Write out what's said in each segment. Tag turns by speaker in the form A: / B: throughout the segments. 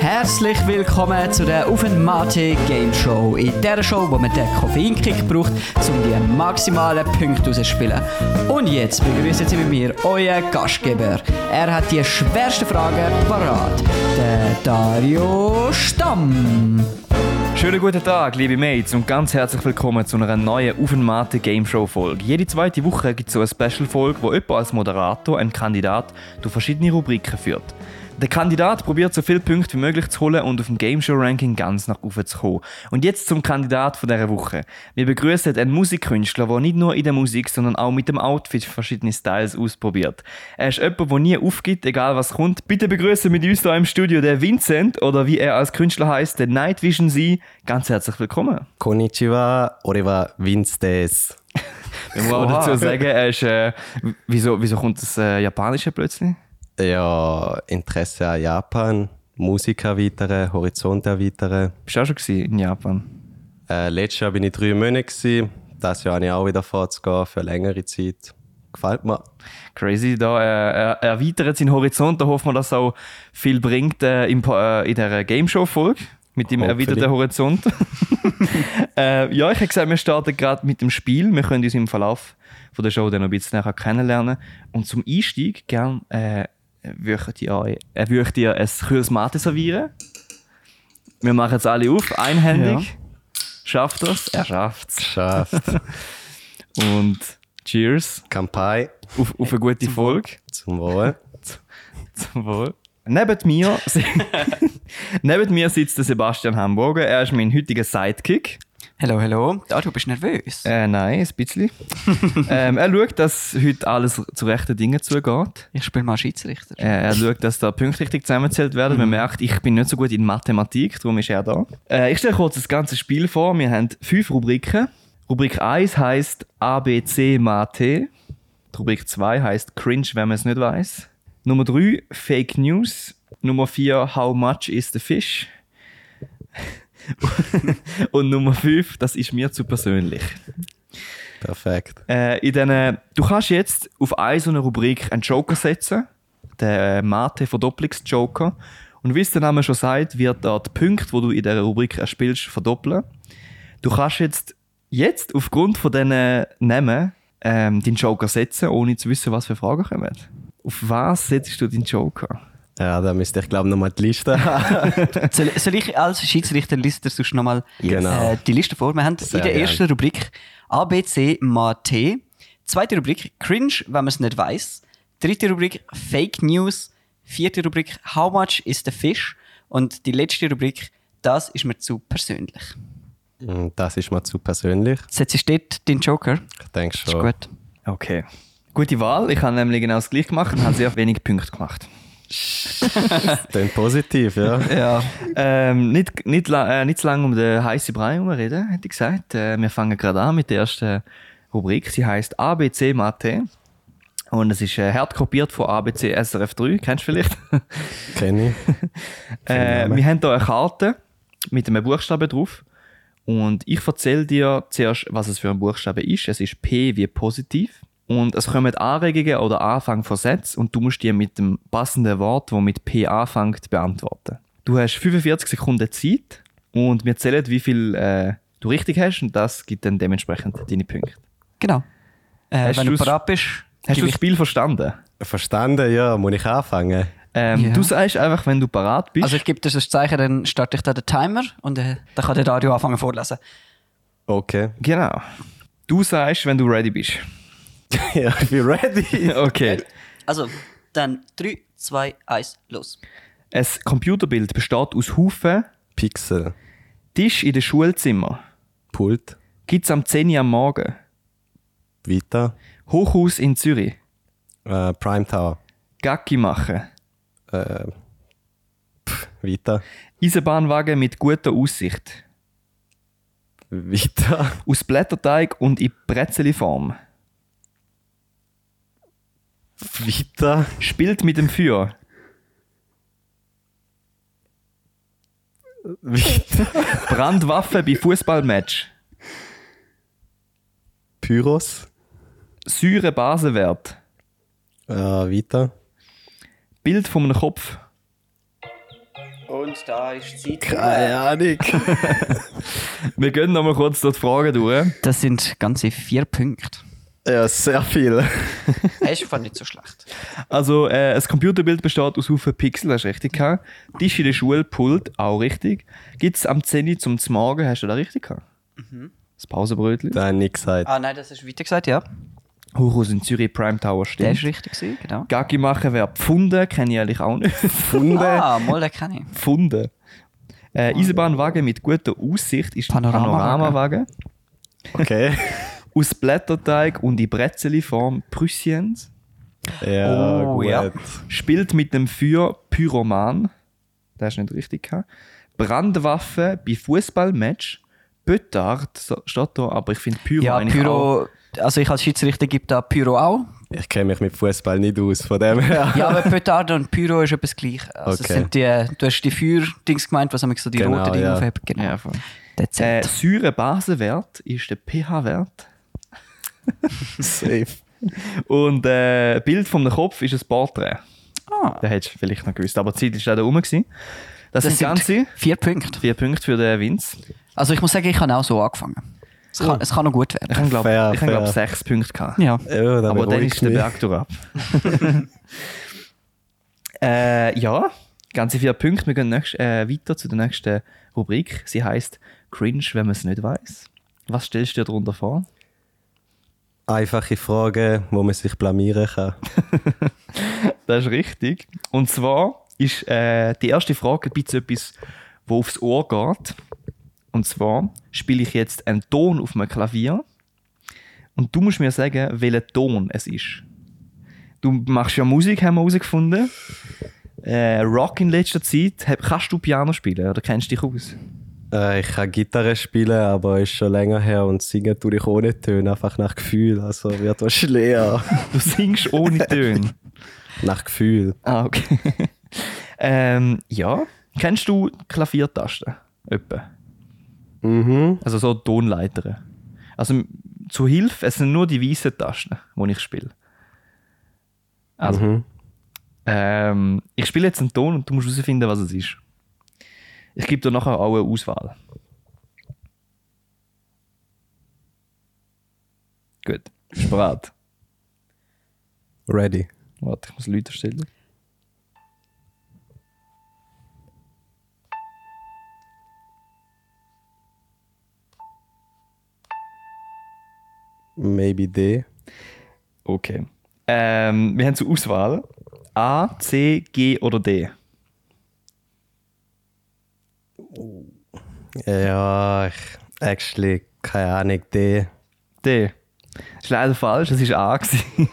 A: Herzlich willkommen zu der Auf Mate Game Show. In dieser Show, wo man den Koffeinkick braucht, um die maximalen Punkte rauszuspielen. Und jetzt begrüßen Sie mit mir euren Gastgeber. Er hat die schwerste Frage parat. Der Dario Stamm.
B: Schönen guten Tag, liebe Mates, und ganz herzlich willkommen zu einer neuen Aufenmate Game Show Folge. Jede zweite Woche gibt es so eine Special-Folge, wo jemand als Moderator einen Kandidat durch verschiedene Rubriken führt. Der Kandidat probiert so viele Punkte wie möglich zu holen und auf dem Game Show Ranking ganz nach oben zu kommen. Und jetzt zum Kandidat von dieser Woche. Wir begrüßen einen Musikkünstler, der nicht nur in der Musik, sondern auch mit dem Outfit verschiedene Styles ausprobiert. Er ist jemand, der nie aufgibt, egal was kommt. Bitte begrüßen mit uns hier im Studio den Vincent oder wie er als Künstler heißt, den Night Vision Z. Ganz herzlich willkommen.
C: Konnichiwa, oder war Vince des.
B: Wir müssen auch
C: Oha.
B: dazu sagen, er ist, äh, w- wieso, wieso kommt das äh, Japanische plötzlich?
C: Ja, Interesse an Japan, Musik erweitern, Horizont erweitern.
B: Bist du auch schon gewesen in Japan?
C: Äh, letztes Jahr bin ich drei Monate. Gewesen. Das Jahr habe ich auch wieder vorzugehen für eine längere Zeit. Gefällt mir.
B: Crazy, da äh, er, er erweitert seinen Horizont, da hoffen wir, dass auch viel bringt äh, im, Po- äh, in der Gameshow-Folge mit dem
C: Hopefully.
B: erweiterten Horizont. äh, ja, ich habe gesagt, wir starten gerade mit dem Spiel. Wir können uns im Verlauf von der Show dann noch ein bisschen nachher kennenlernen. Und zum Einstieg gern äh, würdet ihr, euch- äh, würdet ihr ein kühles Mate servieren. Wir machen es alle auf, einhändig. Schafft das? Er schafft's.
C: Schafft.
B: Und Cheers
C: Kampai,
B: auf, auf eine gute Folge.
C: zum Wohl.
B: Zum Wohl. Neben mir, neben mir sitzt der Sebastian Hamburger. Er ist mein heutiger Sidekick.
D: Hallo, hallo. Da, du bist nervös.
B: Äh, nein, ein bisschen. ähm, er schaut, dass heute alles zu rechten Dingen zugeht.
D: Ich spiele mal Schiedsrichter.
B: Äh, er schaut, dass da Punkte richtig zusammengezählt werden. Man merkt, ich bin nicht so gut in Mathematik, darum ist er da. Äh, ich stelle kurz das ganze Spiel vor. Wir haben fünf Rubriken. Rubrik 1 heißt ABC Mathe. Rubrik 2 heißt Cringe, wenn man es nicht weiß. Nummer 3 Fake News. Nummer 4 How much is the fish? Und Nummer 5, das ist mir zu persönlich.
C: Perfekt.
B: Äh, in diesen, du kannst jetzt auf eine so eine Rubrik einen Joker setzen, den äh, Mate Verdopplungsjoker. Und wie es der Name schon sagt, wird da die Punkte, die du in dieser Rubrik erspielst, verdoppeln. Du kannst jetzt, jetzt aufgrund von diesen Namen ähm, deinen Joker setzen, ohne zu wissen, was für Fragen kommen. Auf was setzt du deinen Joker?
C: Ja, da müsste ich glaube nochmal die Liste haben.
D: Soll, soll ich als Schiedsrichterlister sonst nochmal
C: Genau.
D: äh, die Liste vor? Wir haben in der
C: gern.
D: ersten Rubrik ABC Mathe. Zweite Rubrik Cringe, wenn man es nicht weiß. Dritte Rubrik Fake News. Vierte Rubrik How much is the fish? Und die letzte Rubrik Das ist mir zu persönlich.
C: Und Das ist mir zu persönlich.
D: Setzt du dort den Joker?
C: Ich denke
D: Ist
C: schon.
D: gut.
B: Okay. Gute Wahl. Ich habe nämlich genau das gleiche gemacht und habe sehr wenig Punkte gemacht.
C: Dann positiv, ja.
B: Ja. Ähm, nicht, nicht, la- äh, nicht zu lange um den heißen Brei herum reden, hätte ich gesagt. Äh, wir fangen gerade an mit der ersten Rubrik. Sie heißt ABC Mathe. Und es ist äh, hart kopiert von ABC SRF 3, kennst du vielleicht?
C: Kenne ich.
B: Äh, wir haben hier eine Karte mit einem Buchstaben drauf. Und ich erzähle dir zuerst, was es für ein Buchstabe ist. Es ist P wie positiv. Und es kommen Anregungen oder Anfang von Sätzen und du musst die mit dem passenden Wort, das mit P anfängt, beantworten. Du hast 45 Sekunden Zeit und wir zählen, wie viel äh, du richtig hast und das gibt dann dementsprechend deine Punkte.
D: Genau. Äh,
B: Hast
D: wenn du
B: du's-
D: bereit bist,
B: Hast du
D: gebe
B: das
D: ich
B: Spiel verstanden?
C: Verstanden, ja. Muss ich anfangen?
B: Ähm,
D: Ja.
B: Du sagst einfach, wenn du parat bist.
D: Also ich gebe dir das Zeichen, dann starte ich da den Timer und äh, dann kann der Dario anfangen vorlesen.
C: Okay.
B: genau. Du sagst, wenn du ready bist.
C: ja, ich bin ready.
B: Okay.
D: Also, dann 3, 2, 1, los.
B: Ein Computerbild besteht aus Haufen
C: Pixel.
B: Tisch in den Schulzimmer.
C: Pult.
B: Gibt's am 10 Uhr am Morgen.
C: Weiter.
B: Hochhaus in Zürich.
C: Äh, Prime Tower.
B: Gacki machen.
C: Äh, pff, weiter.
B: Eisenbahnwagen mit guter Aussicht.
C: Weiter.
B: Aus Blätterteig und in Brezeliform.
C: Weiter.
B: Spielt mit dem Feuer.
C: Weiter.
B: Brandwaffe bei Fußballmatch.
C: Pyros.
B: Säure Basenwert.
C: Äh, weiter.
B: Bild vom Kopf.
C: Oh
D: und da ist die Zeit.
C: Keine Ahnung.
B: Wir gehen nochmal kurz dort die Fragen durch.
D: Das sind ganze vier Punkte.
C: ja, sehr viel.
D: Das ist einfach nicht so schlecht.
B: Also, äh, ein Computerbild besteht aus Haufen Pixel, hast du richtig gehabt. Tisch in der Schule, Pult, auch richtig. Gibt es am 10 Uhr zum Morgen, hast du da richtig gehabt? Das Pausenbrötchen.
C: Nein, nicht gesagt.
D: Ah nein, das hast du weiter gesagt, ja.
B: Hochhaus in Zürich, Prime Tower
D: Der
B: steht.
D: ist richtig, gewesen, genau.
B: Gaggi machen wäre Pfunde, kenne ich eigentlich auch nicht.
C: Funde.
D: Ah, mal, den kenne ich.
B: Pfunde. Äh, Eisenbahnwagen mit guter Aussicht ist
D: Panoramawagen.
B: Panoramawagen.
C: Okay.
B: Aus Blätterteig und in Brezeliform Prüssiens.
C: Ja,
D: Oh,
C: gut.
D: ja.
B: Spielt mit dem Feuer Pyroman. Das ist nicht richtig. gehabt. Brandwaffe bei Fußballmatch. Böttard so- steht da, aber ich finde Pyro
D: Ja,
B: eigentlich auch.
D: Pyro. Also ich als Schiedsrichter gebe da Pyro auch.
C: Ich kenne mich mit Fußball nicht aus, von dem her.
D: Ja, aber Petarde und Pyro ist etwas gleich. Also
C: Okay.
D: es sind die, du hast die Feuerdings gemeint, was haben so die
C: Genau,
D: roten Dinge
C: ja.
D: aufhebt. Genau.
B: Ja, voll.
D: Der zählt.
B: Äh, Säure-Basenwert ist der pH-Wert.
C: Safe.
B: Und äh, Bild vom Kopf ist ein Porträt.
D: Ah.
B: Da hättest du vielleicht noch gewusst. Aber die Zeit ist auch da rum. gewesen. Das,
D: das
B: sind ganze
D: sind vier Punkte.
B: vier Punkte für den Vince.
D: Also ich muss sagen, ich habe auch so angefangen. Es kann, es kann noch gut werden.
B: Ich habe, glaube
C: Fair,
B: ich, hab, glaub,
C: fair.
B: sechs Punkte gehabt.
D: Ja.
C: Ja, dann
B: Aber dann
C: beruhigt
B: ist der
C: mich.
B: Berg durch ab. äh, ja, ganze vier Punkte. Wir gehen nächst, äh, weiter zu der nächsten Rubrik. Sie heißt Cringe, wenn man es nicht weiß. Was stellst du dir darunter vor?
C: Einfache Fragen, wo man sich blamieren kann.
B: Das ist richtig. Und zwar ist äh, die erste Frage ein bisschen etwas, wo aufs Ohr geht. Und zwar spiele ich jetzt einen Ton auf meinem Klavier und du musst mir sagen, welcher Ton es ist. Du machst ja Musik, haben wir herausgefunden. Äh, Rock in letzter Zeit. Hab- Kannst du Piano spielen oder kennst du dich aus?
C: Äh, ich kann Gitarre spielen, aber ist schon länger her und singen tue ich ohne Töne, einfach nach Gefühl. Also wird was leer.
B: Du singst ohne Töne.
C: nach Gefühl.
B: Ah, okay. ähm, ja. Kennst du Klaviertasten? Öppe.
C: Mhm.
B: Also so Tonleitern. Also m- zur Hilfe, es sind nur die weißen Tasten, die ich spiele. Also, ähm, ich spiele jetzt einen Ton und du musst herausfinden, was es ist. Ich gebe dir nachher auch eine Auswahl. Gut, bist du bereit?
C: Ready.
B: Warte, ich muss Leute stellen.
C: Maybe D.
B: Okay. Ähm, wir haben zur Auswahl A, C, G oder D.
C: Ja, ich. Actually, keine Ahnung, D.
B: D. Das ist leider falsch, das war A. gewesen.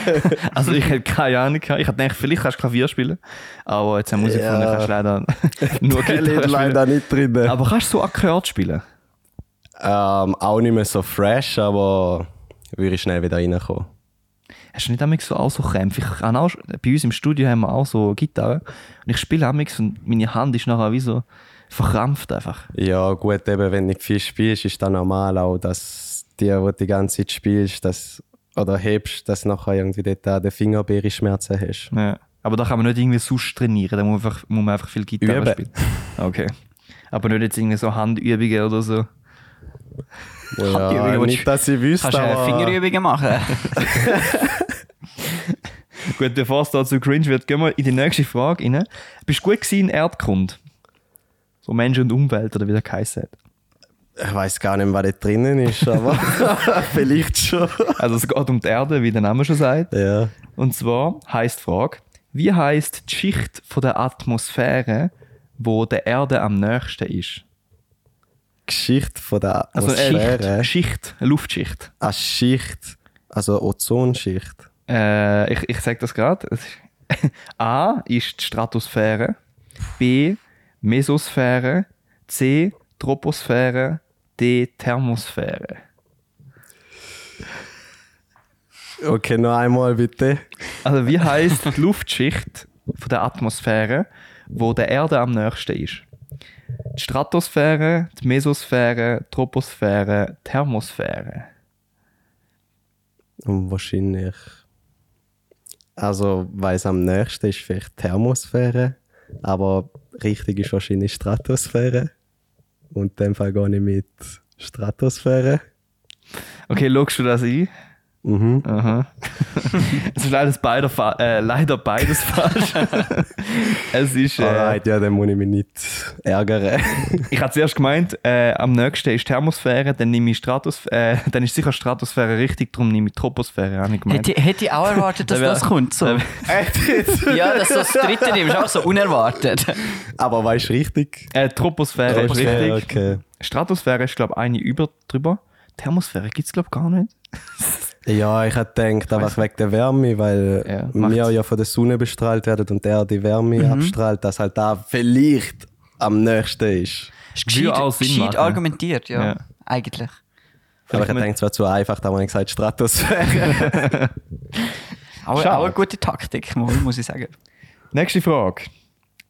B: also ich hätte keine Ahnung gehabt. Ich hätte gedacht, vielleicht kannst du Klavier spielen. Aber jetzt haben Musik
C: Ja.
B: gefunden, kannst du leider nur Gitarre
C: Der liegt
B: spielen.
C: leider nicht drin.
B: Aber kannst du so Akkord spielen?
C: Ähm, auch nicht mehr so fresh, aber würde ich schnell wieder reinkommen.
B: Hast du nicht manchmal so auch so Kämpfe? Ich kann auch, bei uns im Studio haben wir auch so Gitarre. Und ich spiele manchmal und meine Hand ist nachher wie so verkrampft einfach.
C: Ja, gut, eben, wenn du nicht viel spielst, ist das normal auch, dass dir, wo du die ganze Zeit spielst, das, oder hebst, dass du nachher irgendwie dort auch den Fingerbeerenschmerzen hast.
B: Ja. Aber da kann man nicht irgendwie sonst trainieren, da muss man einfach, muss man einfach viel Gitarre
C: Üben.
B: spielen. Okay. Aber nicht jetzt irgendwie so Handübungen oder so.
C: Ja,
D: Übungen,
C: nicht, dass ich wüsste,
D: Kannst du äh,
C: aber...
D: Fingerübungen machen?
B: Gut, bevor es da zu cringe wird, gehen wir in die nächste Frage rein. Bist du gut gewesen in Erdkunde? So Mensch und Umwelt oder wie der geheißen hat.
C: Ich weiß gar nicht, was da drinnen ist, aber vielleicht schon.
B: Also es geht um die Erde, wie der Name schon sagt.
C: Ja.
B: Und zwar heißt die Frage, wie heißt die Schicht von der Atmosphäre, wo der Erde am nächsten ist?
C: Geschichte von der
B: Also
C: Atmosphäre.
B: eine Schicht, Schicht, eine Luftschicht.
C: Eine Schicht, also Ozonschicht.
B: Äh, ich ich sage das gerade. Es ist- A ist die Stratosphäre, B Mesosphäre, C Troposphäre, D Thermosphäre.
C: Okay, noch einmal bitte.
B: Also wie heißt die Luftschicht von der Atmosphäre, wo der Erde am nächsten ist? Die Stratosphäre, die Mesosphäre, Troposphäre, Thermosphäre.
C: Und wahrscheinlich. Also, weil es am nächsten ist, vielleicht Thermosphäre. Aber richtig ist wahrscheinlich Stratosphäre. Und in dem Fall gehe ich mit Stratosphäre.
B: Okay, schaust du das ein?
C: Mhm.
B: Aha. es ist leider beider fa- äh, leider beides falsch. es ist. Äh,
C: Alright, ja, dann muss ich mich nicht ärgern.
B: ich hatte zuerst gemeint, äh, am nächsten ist Thermosphäre, dann nehme ich Stratosphäre, äh, dann ist sicher Stratosphäre richtig, darum nehme ich Troposphäre. Habe ich gemeint.
D: Hätte, hätte ich auch erwartet, dass
B: Da wär-
D: das kommt. So.
B: da
D: ja, dass du Äh, das dritte nimmst, auch so unerwartet.
C: Aber weißt du richtig?
B: Äh, Troposphäre ist
C: Troposphäre,
B: richtig.
C: okay.
B: Stratosphäre ist, glaube ich, eine über drüber. Thermosphäre gibt es, glaube ich, gar nicht.
C: Ja, ich hätte gedacht, einfach wegen der Wärme, weil
B: Ja,
C: wir
B: macht's. Mhm.
C: ja von der Sonne bestrahlt werden und der die Wärme abstrahlt, dass halt da vielleicht am nächsten ist.
D: Ist
B: Würde auch
D: gescheit,
B: Sinn
D: gescheit
B: machen.
D: argumentiert, ja.
B: Ja.
D: Eigentlich.
C: Aber ich
B: Vielleicht
C: hätte
B: mit-
C: gedacht, es wäre zu einfach, da habe ich gesagt Stratosphäre.
D: Auch,
B: Schade.
D: auch eine gute Taktik, mal, muss ich sagen.
B: Nächste Frage.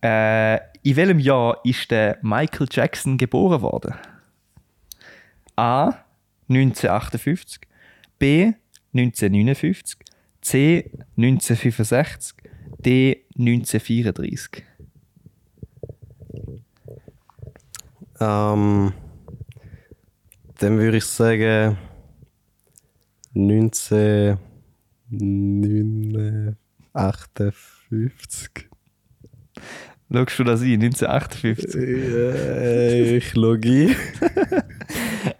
B: Äh, in welchem Jahr ist der Michael Jackson geboren worden? A. 1958, B. 1959, C. 1965, D. 1934.
C: ähm, dann würde ich sagen 1958.
B: Schaust du das ein? 1958.
C: Äh, ich logi.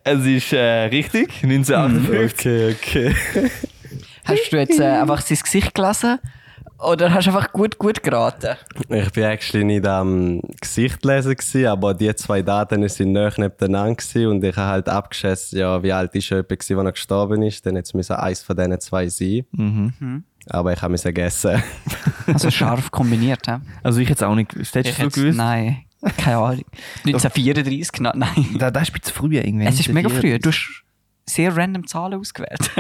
B: Es ist äh, richtig, 1958.
C: Okay, okay.
D: Hast du jetzt äh, einfach sein Gesicht gelesen oder hast du einfach gut, gut geraten?
C: Ich bin eigentlich nicht am Gesicht lesen, gewesen, aber die zwei Daten sind nah nebeneinander gewesen und ich habe halt abgeschätzt, ja, wie alt ist jemand, gewesen, der noch gestorben ist, dann jetzt müssen eins von diesen zwei sein.
D: Mhm.
C: Aber ich habe es vergessen.
D: Also scharf kombiniert, hä?
B: Also ich jetzt auch nicht gewusst. Hättest du
D: Mhm. hätt's-
B: gewusst? genau,
D: Nein, keine Ahnung. 1934, na, nein.
B: Da, das ist ein bisschen früh irgendwie.
D: Es ist mega
B: 1934.
D: früh. Du hast sehr random Zahlen ausgewählt.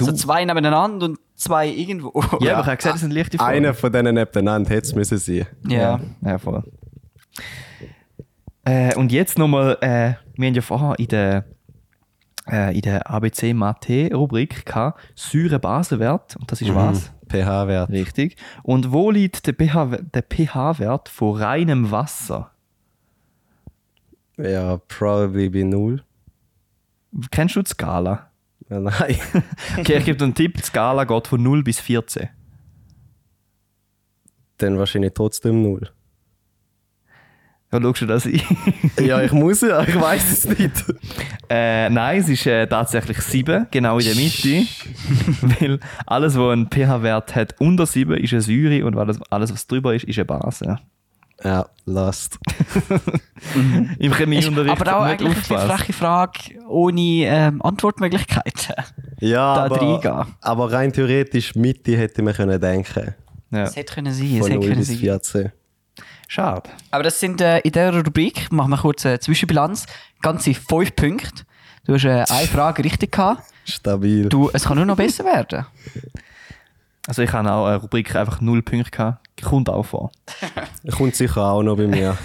D: So zwei nebeneinander und zwei irgendwo.
B: Ja, aber ich habe gesagt, das sind leichte Fragen.
C: Einer von denen nebeneinander hätte es müssen sein.
D: Ja.
B: Ja, voll. Äh, und jetzt nochmal, äh, wir haben ja vorher in der, äh, in der ABC-Mathe-Rubrik gehabt, Säure-Basenwert. Und
C: Mhm.
B: das ist was?
C: pH-Wert.
B: Richtig. Und wo liegt der pH-Wert der pH von reinem Wasser?
C: Ja, probably bei null.
B: Kennst du die Skala?
C: Ja, nein.
B: Okay, ich gebe dir einen Tipp: die Skala geht von 0 bis 14.
C: Dann wahrscheinlich trotzdem null.
B: Ja, schaust du das ein?
C: Ja, ich muss ja, ich weiß es nicht.
B: Äh, nein, es ist äh, tatsächlich 7, genau in der Mitte. Weil alles, was einen pH-Wert hat unter 7, ist eine Säure und alles, alles was drüber ist, ist eine Base.
C: Ja, lost.
B: Im
D: Ist
B: Chemieunterricht
D: aber auch
B: nicht
D: eigentlich eine
B: aufpassen.
D: freche Frage ohne ähm, Antwortmöglichkeiten.
C: Ja,
D: Da
C: aber,
D: reingehen.
C: aber rein theoretisch Mitte hätte man können denken.
B: Ja.
D: Es hätte können sein, es
C: Von
D: hätte
C: 0
D: können
C: bis
D: sein.
C: 14.
B: Schade.
D: Aber das sind äh, in dieser Rubrik, machen wir kurz eine Zwischenbilanz, ganze fünf Punkte. Du hast äh, eine Frage richtig gehabt.
C: Stabil.
D: Du, es kann nur noch besser werden.
B: Also ich habe auch eine Rubrik einfach 0 Punkte gehabt. Kommt auch vor.
C: Kommt sicher auch noch bei mir.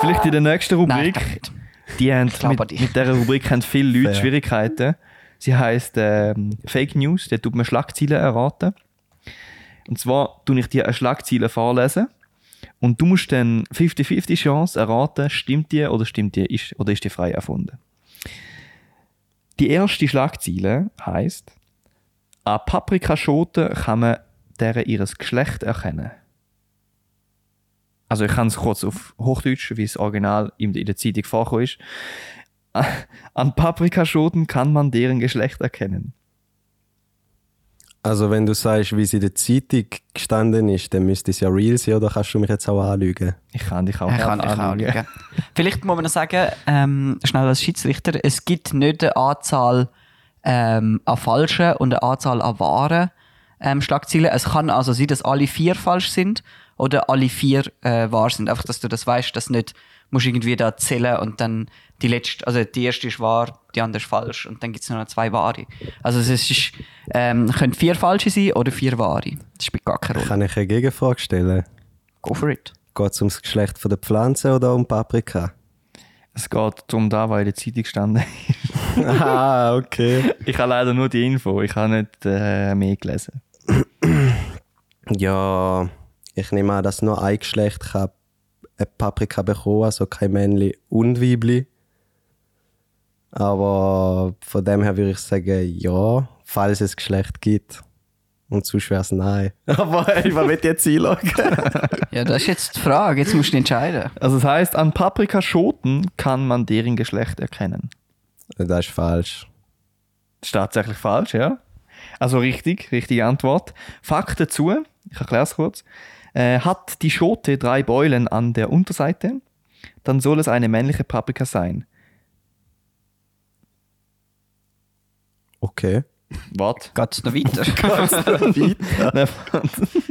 B: Vielleicht in der nächsten
D: Nein, ich
B: Rubrik.
D: glaube nicht.
B: die haben
D: glaube an
B: mit,
D: dich.
B: mit dieser Rubrik haben viele Leute
C: Fair.
B: Schwierigkeiten. Sie heißt ähm, Fake News, da tut man Schlagzeilen erraten. Und zwar tue ich dir eine Schlagzeile vorlesen und du musst dann 50-50 Chance erraten, stimmt die oder stimmt die ist, oder ist die frei erfunden. Die erste Schlagzeile heißt: An Paprikaschoten kann man deren ihres Geschlecht erkennen. Also ich kann es kurz auf Hochdeutsch, wie es original in in der Zeitung vorkommt ist. An Paprikaschoten kann man deren Geschlecht erkennen.
C: Also wenn du sagst, wie sie in der Zeitung gestanden ist, dann müsste es ja real sein oder kannst du mich jetzt auch anlügen?
B: Ich kann dich auch
D: Ich kann, ich
B: gerne
D: kann auch
B: anlügen.
D: lügen. Vielleicht muss man noch sagen, ähm, schnell als Schiedsrichter, es gibt nicht eine Anzahl ähm, an falschen und eine Anzahl an wahren ähm, Schlagzeilen. Es kann also sein, dass alle vier falsch sind oder alle vier äh, wahr sind. Einfach, dass du das weißt, dass nicht musst irgendwie da zählen und dann die letzte, also die erste ist wahr, die andere ist falsch und dann gibt es nur noch zwei wahre. Also es ist, ähm, können vier falsche sein oder vier wahre. Das spielt gar keine Rolle.
C: Kann ich eine Gegenfrage stellen?
D: Go for it.
C: Geht es ums Geschlecht von der Pflanze oder um Paprika?
B: Es geht darum, da, weil in der Zeitung gestanden ist.
C: ah, okay.
B: Ich habe leider nur die Info, ich habe nicht äh, mehr gelesen.
C: Ja, ich nehme an, dass nur ein Geschlecht kann eine Paprika bekommen, also kein Männli und Weibli. Aber von dem her würde ich sagen, ja, falls es Geschlecht gibt. Und sonst wäre es nein. Aber ey, was will ich jetzt einloggen?
D: Ja, das ist jetzt die Frage. Jetzt musst du entscheiden.
B: Also das heißt, an Paprikaschoten kann man deren Geschlecht erkennen.
C: das ist falsch.
B: Das ist tatsächlich falsch, ja. Also richtig, richtige Antwort. Fakt dazu, ich erkläre es kurz. Äh, hat die Schote drei Beulen an der Unterseite, dann soll es eine männliche Paprika sein.
C: Okay.
B: Wart.
D: Geht's noch weiter?
B: Nein,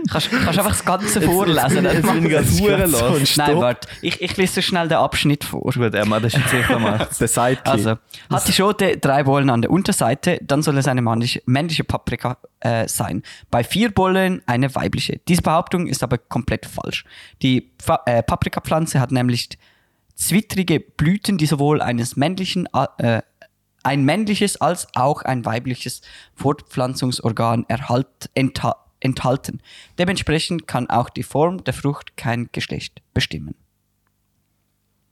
D: kannst, kannst einfach das Ganze vorlesen.
B: jetzt bin ich ganz hure los.
D: Nein, warte. Ich, ich lese schnell den Abschnitt vor.
B: Gut, er macht das jetzt sicher gemacht.
C: Der Sidekick.
D: Also, hat die Schote drei Bollen an der Unterseite, dann soll es eine männliche, männliche Paprika äh, sein. Bei vier Bollen eine weibliche. Diese Behauptung ist aber komplett falsch. Die Fa äh, Paprikapflanze hat nämlich zwittrige Blüten, die sowohl eines männlichen, a- äh, ein männliches als auch ein weibliches Fortpflanzungsorgan erhalt, entha enthalten. Dementsprechend kann auch die Form der Frucht kein Geschlecht bestimmen.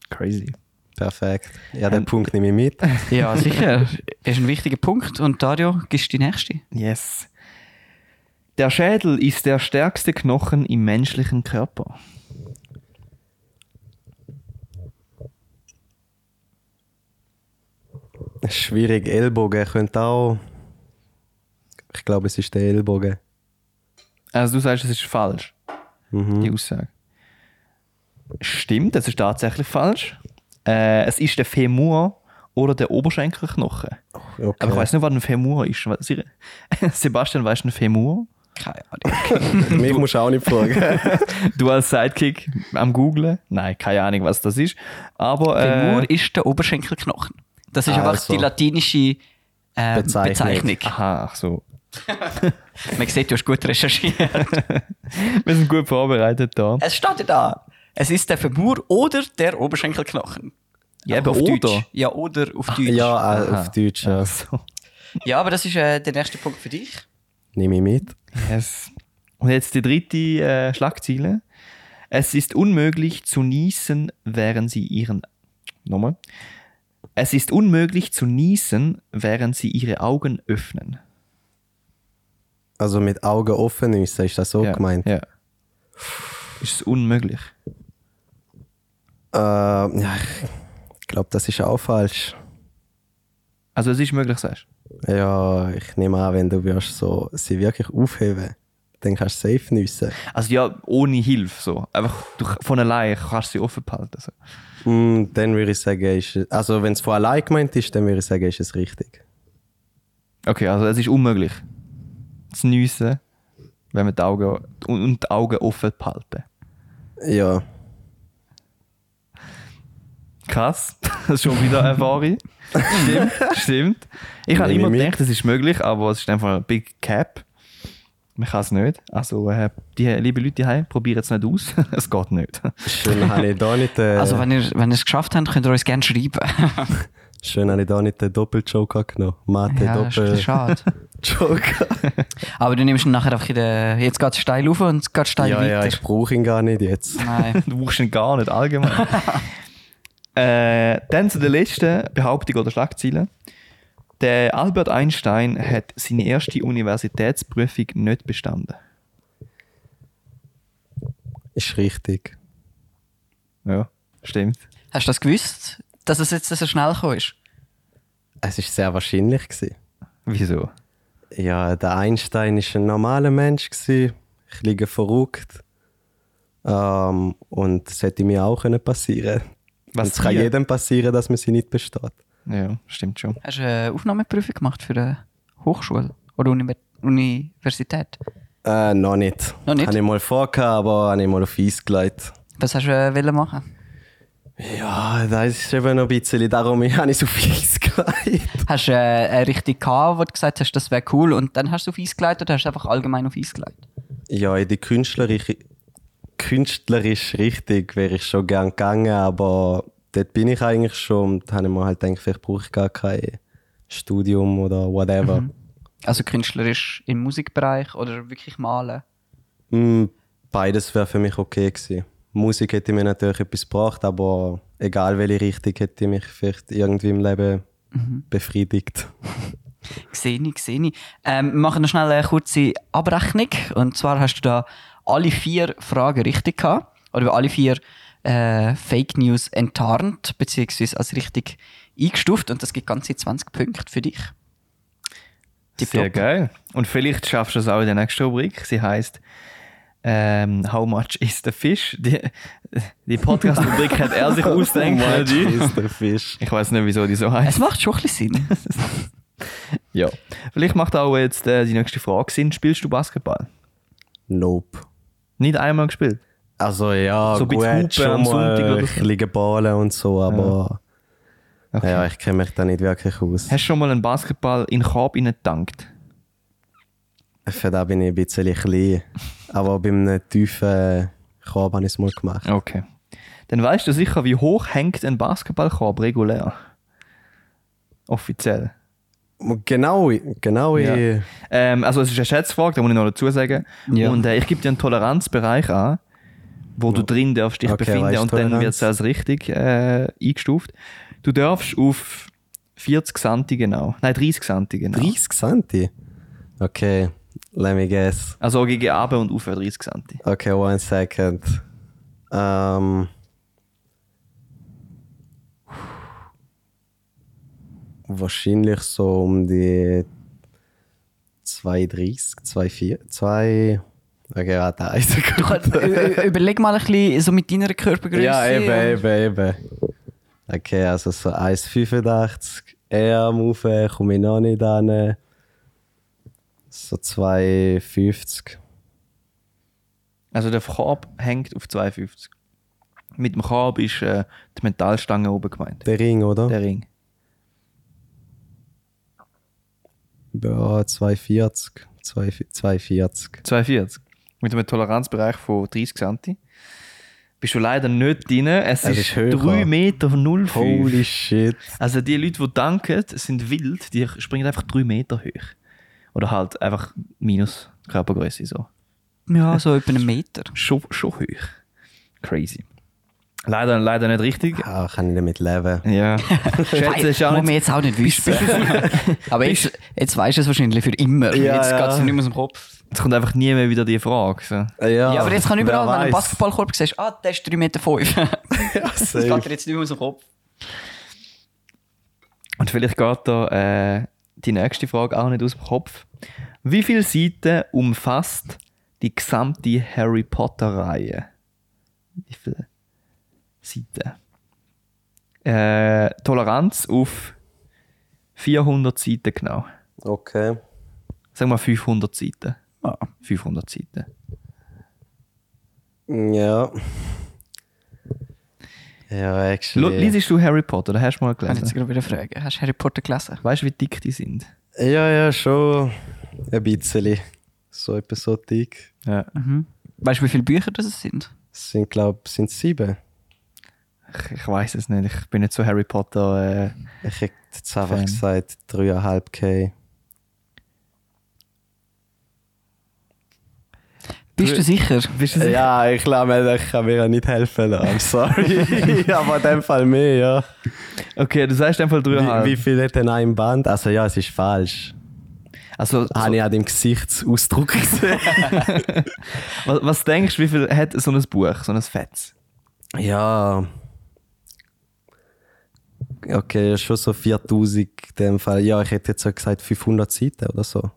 B: Crazy.
C: Perfekt. Ja, den Punkt nehme ich mit.
D: Ja, sicher. Ist ein wichtiger Punkt. Und Dario, gibst du die nächste?
B: Yes. Der Schädel ist der stärkste Knochen im menschlichen Körper.
C: Schwierig, Ellbogen könnte auch. Ich glaube, es ist der Ellbogen.
B: Also du sagst, es ist falsch. Die Aussage. Stimmt, das ist tatsächlich falsch. Äh, es ist der Femur oder der Oberschenkelknochen.
C: Okay.
B: Aber ich weiß nicht, was ein Femur ist. Was- Sebastian, weißt du ein Femur?
D: Keine Ahnung.
C: Mich musst du auch nicht fragen.
B: Du als Sidekick am Googlen? Nein, keine Ahnung, was das ist. Aber
D: Femur
B: äh,
D: ist der Oberschenkelknochen. Das ist einfach
C: Also.
D: die latinische ähm,
C: Bezeichnung.
D: Ah, Bezeichnung.
B: aha, ach so.
D: Man sieht, du hast gut recherchiert.
B: Wir sind gut vorbereitet da.
D: es steht ja da. Es ist der Femur oder der Oberschenkelknochen.
B: Ja,
D: Einfach
B: eben,
D: auf
B: oder.
D: Deutsch. Ja, oder auf Deutsch. Ja.
C: ja, äh, auf Deutsch. Ja.
D: aber das ist äh, der nächste Punkt für dich.
C: Nehme ich mit.
B: Yes. Und jetzt die dritte äh, Schlagzeile. Es ist unmöglich zu niesen, während sie ihren. Nochmal. Es ist unmöglich zu niesen, während sie ihre Augen öffnen.
C: Also mit Augen offen ist, ist das so
B: ja.
C: gemeint?
B: Ja. Ist es unmöglich?
C: Äh, ja, ich glaube, das ist auch falsch.
B: Also, es ist möglich, sagst du.
C: Ja, ich nehme an, wenn du wirst so sie wirklich aufheben, dann kannst du safe nüssen.
B: Also, ja, ohne Hilfe. So. Einfach durch, von allein kannst du sie offen behalten. So.
C: Mm, dann würde ich sagen, ist es, also wenn es von allein gemeint ist, dann würde ich sagen, ist es richtig.
B: Okay, also, es ist unmöglich. Zu niesen, wenn man die Augen, und, und die Augen offen behalten.
C: Ja,
B: Krass, das ist schon wieder eine Ware. stimmt, stimmt. Ich habe
C: Nehme
B: immer
C: ich mit.
B: gedacht, es ist möglich, aber es ist einfach ein Big Cap. Man kann es nicht. Also, äh, die, liebe Leute hier, probieren es nicht aus. es geht nicht.
C: schön habe ich da nicht, äh,
D: Also, wenn ihr, wenn ihr es geschafft habt, könnt ihr uns gerne schreiben.
C: schön habe ich da nicht den Doppeljoker genommen. Mathe
D: ja, das ist ein bisschen
C: Doppeljoker.
D: schade. Aber du nimmst ihn nachher einfach in den. Jetzt geht es steil rauf und es geht steil
C: Ja,
D: weiter.
C: ja, ich brauche ihn gar nicht jetzt.
D: Nein.
B: du brauchst ihn gar nicht allgemein. äh, dann zu der letzten Behauptung oder Schlagzeile. Der Albert Einstein hat seine erste Universitätsprüfung nicht bestanden.
C: Ist richtig.
B: Ja, stimmt.
D: Hast du das gewusst, dass es jetzt so schnell gekommen ist?
C: Es ist sehr wahrscheinlich gewesen.
B: Wieso?
C: Ja, der Einstein ist ein normaler Mensch gewesen, ein bisschen verrückt. Ähm, und es hätte mir auch können passieren.
B: Was
C: und es kann
B: dir?
C: jedem passieren, dass man sie nicht besteht.
B: Ja, stimmt schon.
D: Hast du eine Aufnahmeprüfung gemacht für eine Hochschule oder Univer- Universität?
C: Äh, noch nicht.
D: Noch nicht?
C: Habe ich mal vorgehabt, aber habe ich mal auf Eis gelegt.
D: Was hast du äh, wollen machen?
C: Ja, das ist eben noch ein bisschen, darum habe ich es auf Eis gelegt.
D: Hast du äh, eine Richtung gehabt, wo du gesagt hast, das wäre cool und dann hast du auf Eis gelegt oder hast du einfach allgemein auf Eis gelegt?
C: Ja, in die künstlerische, künstlerische Richtung wäre ich schon gern gegangen, aber dort bin ich eigentlich schon und habe ich mir halt gedacht, vielleicht brauche ich gar kein Studium oder whatever.
D: Also künstlerisch im Musikbereich oder wirklich malen?
C: Mm, beides wäre für mich okay gewesen, Musik hätte mir natürlich etwas gebracht, aber egal welche Richtung hätte mich vielleicht irgendwie im Leben
D: Mhm.
C: befriedigt.
D: Sehe ich, sehe ich. Ähm, wir machen noch schnell eine kurze Abrechnung. Und zwar hast du da alle vier Fragen richtig gehabt. Oder alle vier äh, Fake News enttarnt, beziehungsweise als richtig eingestuft. Und das gibt ganze 20 Punkte für dich.
B: Sehr geil. Und vielleicht schaffst du es auch in der nächsten Rubrik. Sie heißt ähm, How much is the fish? Die, die Podcast-Rubrik hat er sich ausdenken.
C: ist der Fisch.
B: Ich weiß nicht, wieso die so heißt.
D: Es macht schon ein bisschen Sinn.
B: Ja. Vielleicht macht auch jetzt äh, die nächste Frage Sinn. Spielst du Basketball?
C: Nope.
B: Nicht einmal gespielt.
C: Also ja,
B: So ein
C: gut,
B: bisschen Hupen
C: schon
B: am
C: mal
B: Sonntag oder
C: ein
B: so.
C: bisschen geballen und so, aber ja,
B: Okay.
C: ich kenne mich da nicht wirklich aus.
B: Hast du schon mal einen Basketball in den Korb gedankt?
C: Für das bin ich ein bisschen klein. Aber bei einem tiefen Korb habe ich es mal gemacht.
B: Okay. Dann weißt du sicher, wie hoch hängt ein Basketballkorb regulär? Offiziell.
C: Genau, genau.
B: Ja. Ähm, also es ist eine Schätzfrage, da muss ich noch dazu sagen.
D: Ja.
B: Und äh, ich gebe dir einen Toleranzbereich an, wo du drin darfst dich
C: Okay,
B: befinden
C: weißt
B: und dann
C: Toleranz?
B: wird es als richtig äh, eingestuft. Du darfst auf 40 Santi genau, nein 30 Santi genau.
C: 30 Santi? Okay, let me guess.
B: Also gegen Abend und auf 30 Santi.
C: Okay, one second. Ähm. Wahrscheinlich so um die 2,30, 2,4, 2. Okay, warte, eine Sekunde.
D: Ü- ü- Überleg mal ein bisschen so mit deiner Körpergröße.
C: Ja, eben,
D: und-
C: eben, eben. Okay, also so 1,85. Eher am Rauf, komme ich noch nicht hin. So 2,50.
B: Also der Korb hängt auf 52. Mit dem Korb ist äh, die Metallstange oben gemeint.
C: Der Ring, oder?
B: Der Ring.
C: Ja, 2,40. 2,40.
B: 42. Mit einem Toleranzbereich von 30 cm. Bist du leider nicht drin. Es
C: Es
B: ist
C: ist höher.
B: 3 Meter 05.
C: Holy shit.
B: Also die Leute, die danken, sind wild. Die springen einfach 3 Meter hoch. Oder halt einfach minus Körpergröße so.
D: Ja, so etwa einen Meter.
B: Schon, schon hoch. Crazy. Leider, leider nicht richtig.
C: Ah, kann ich damit leben?
B: Ja. Schätze ist auch
D: Muss man
B: nicht.
D: jetzt auch nicht wissen. Aber jetzt, jetzt weißt du es wahrscheinlich für immer.
C: Ja,
D: jetzt
C: ja.
D: geht es nicht mehr aus dem Kopf.
B: Es kommt einfach nie mehr wieder die Frage. So.
D: Ja, aber jetzt kann überall,
C: wer
D: wenn du einen
C: weiß.
D: Basketballkorb siehst, ah, der ist 3,5 Meter. das geht dir jetzt nicht mehr aus dem Kopf.
B: Und vielleicht geht da äh, die nächste Frage auch nicht aus dem Kopf. Wie viele Seiten umfasst die gesamte Harry Potter-Reihe? Wie viele Seiten? Äh, Toleranz auf 400 Seiten genau.
C: Okay.
B: Sagen wir 500 Seiten.
D: Ah.
B: 500 Seiten.
C: Ja. Ja,
B: Lo-
C: actually.
B: Liesest du Harry Potter? Da hast du mal
D: Kann ich jetzt
B: gelesen.
D: gerade wieder fragen. Hast du Harry Potter gelesen?
B: Weißt du, wie dick die sind?
C: Ja, ja, schon. Ein bisschen. So etwas so dick.
B: Ja.
D: Weißt du, wie viele Bücher das es sind?
C: Es sind, glaube ich, sind sieben.
B: Ich, ich weiß es nicht. Ich bin nicht so Harry Potter. Äh,
C: Ich hätte jetzt einfach
B: Fan.
C: gesagt 3,5k.
D: Bist du sicher?
B: bist du sicher?
C: Ja, ich glaube, ich kann mir ja nicht helfen. lassen. I'm sorry. Aber in dem Fall mehr, ja.
B: Okay, du sagst einfach
C: Wie, wie
B: 3,5.
C: viel hat denn ein Band? Also ja, es ist falsch.
B: Also, so,
C: Habe ich an dem Gesichtsausdruck gesehen.
B: Was, was denkst du, wie viel hat so ein Buch, so ein fettes?
C: ja. Okay, schon so 4000 in dem Fall. Ja, ich hätte jetzt so gesagt 500 Seiten oder so.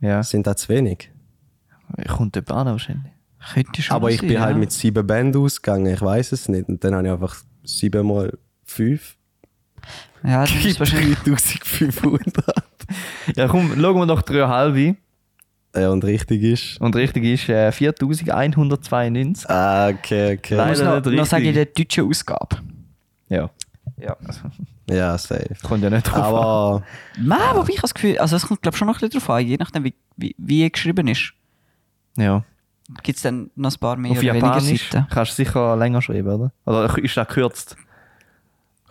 B: Ja.
C: Sind das zu wenig?
B: Kommt jemand an wahrscheinlich.
D: Könnte schon
C: Aber ich
D: sein,
C: bin halt
D: ja.
C: mit sieben Bänden ausgegangen, ich weiß es nicht. Und dann habe ich einfach sieben mal fünf.
D: Ja, das ist wahrscheinlich...
C: 3500.
B: Ja, komm, schauen wir noch 3,5
C: ja, und richtig ist.
B: Und richtig ist äh, 4192.
C: Ah, okay, okay.
D: Ich muss
B: Leider
D: noch,
B: nicht
D: noch
B: richtig.
D: sagen, in der deutschen Ausgabe.
B: Ja.
D: Ja.
C: Ja, safe.
B: Kommt ja nicht drauf an.
C: Aber
D: Nein, wobei ich habe das Gefühl, also es kommt glaube ich schon noch ein bisschen drauf an, je nachdem wie, wie, wie geschrieben ist.
B: Ja.
D: Gibt es dann noch ein paar mehr
B: Auf
D: oder weniger
B: Japanisch
D: Seiten?
B: kannst du sicher länger schreiben, oder? Oder ist das gekürzt?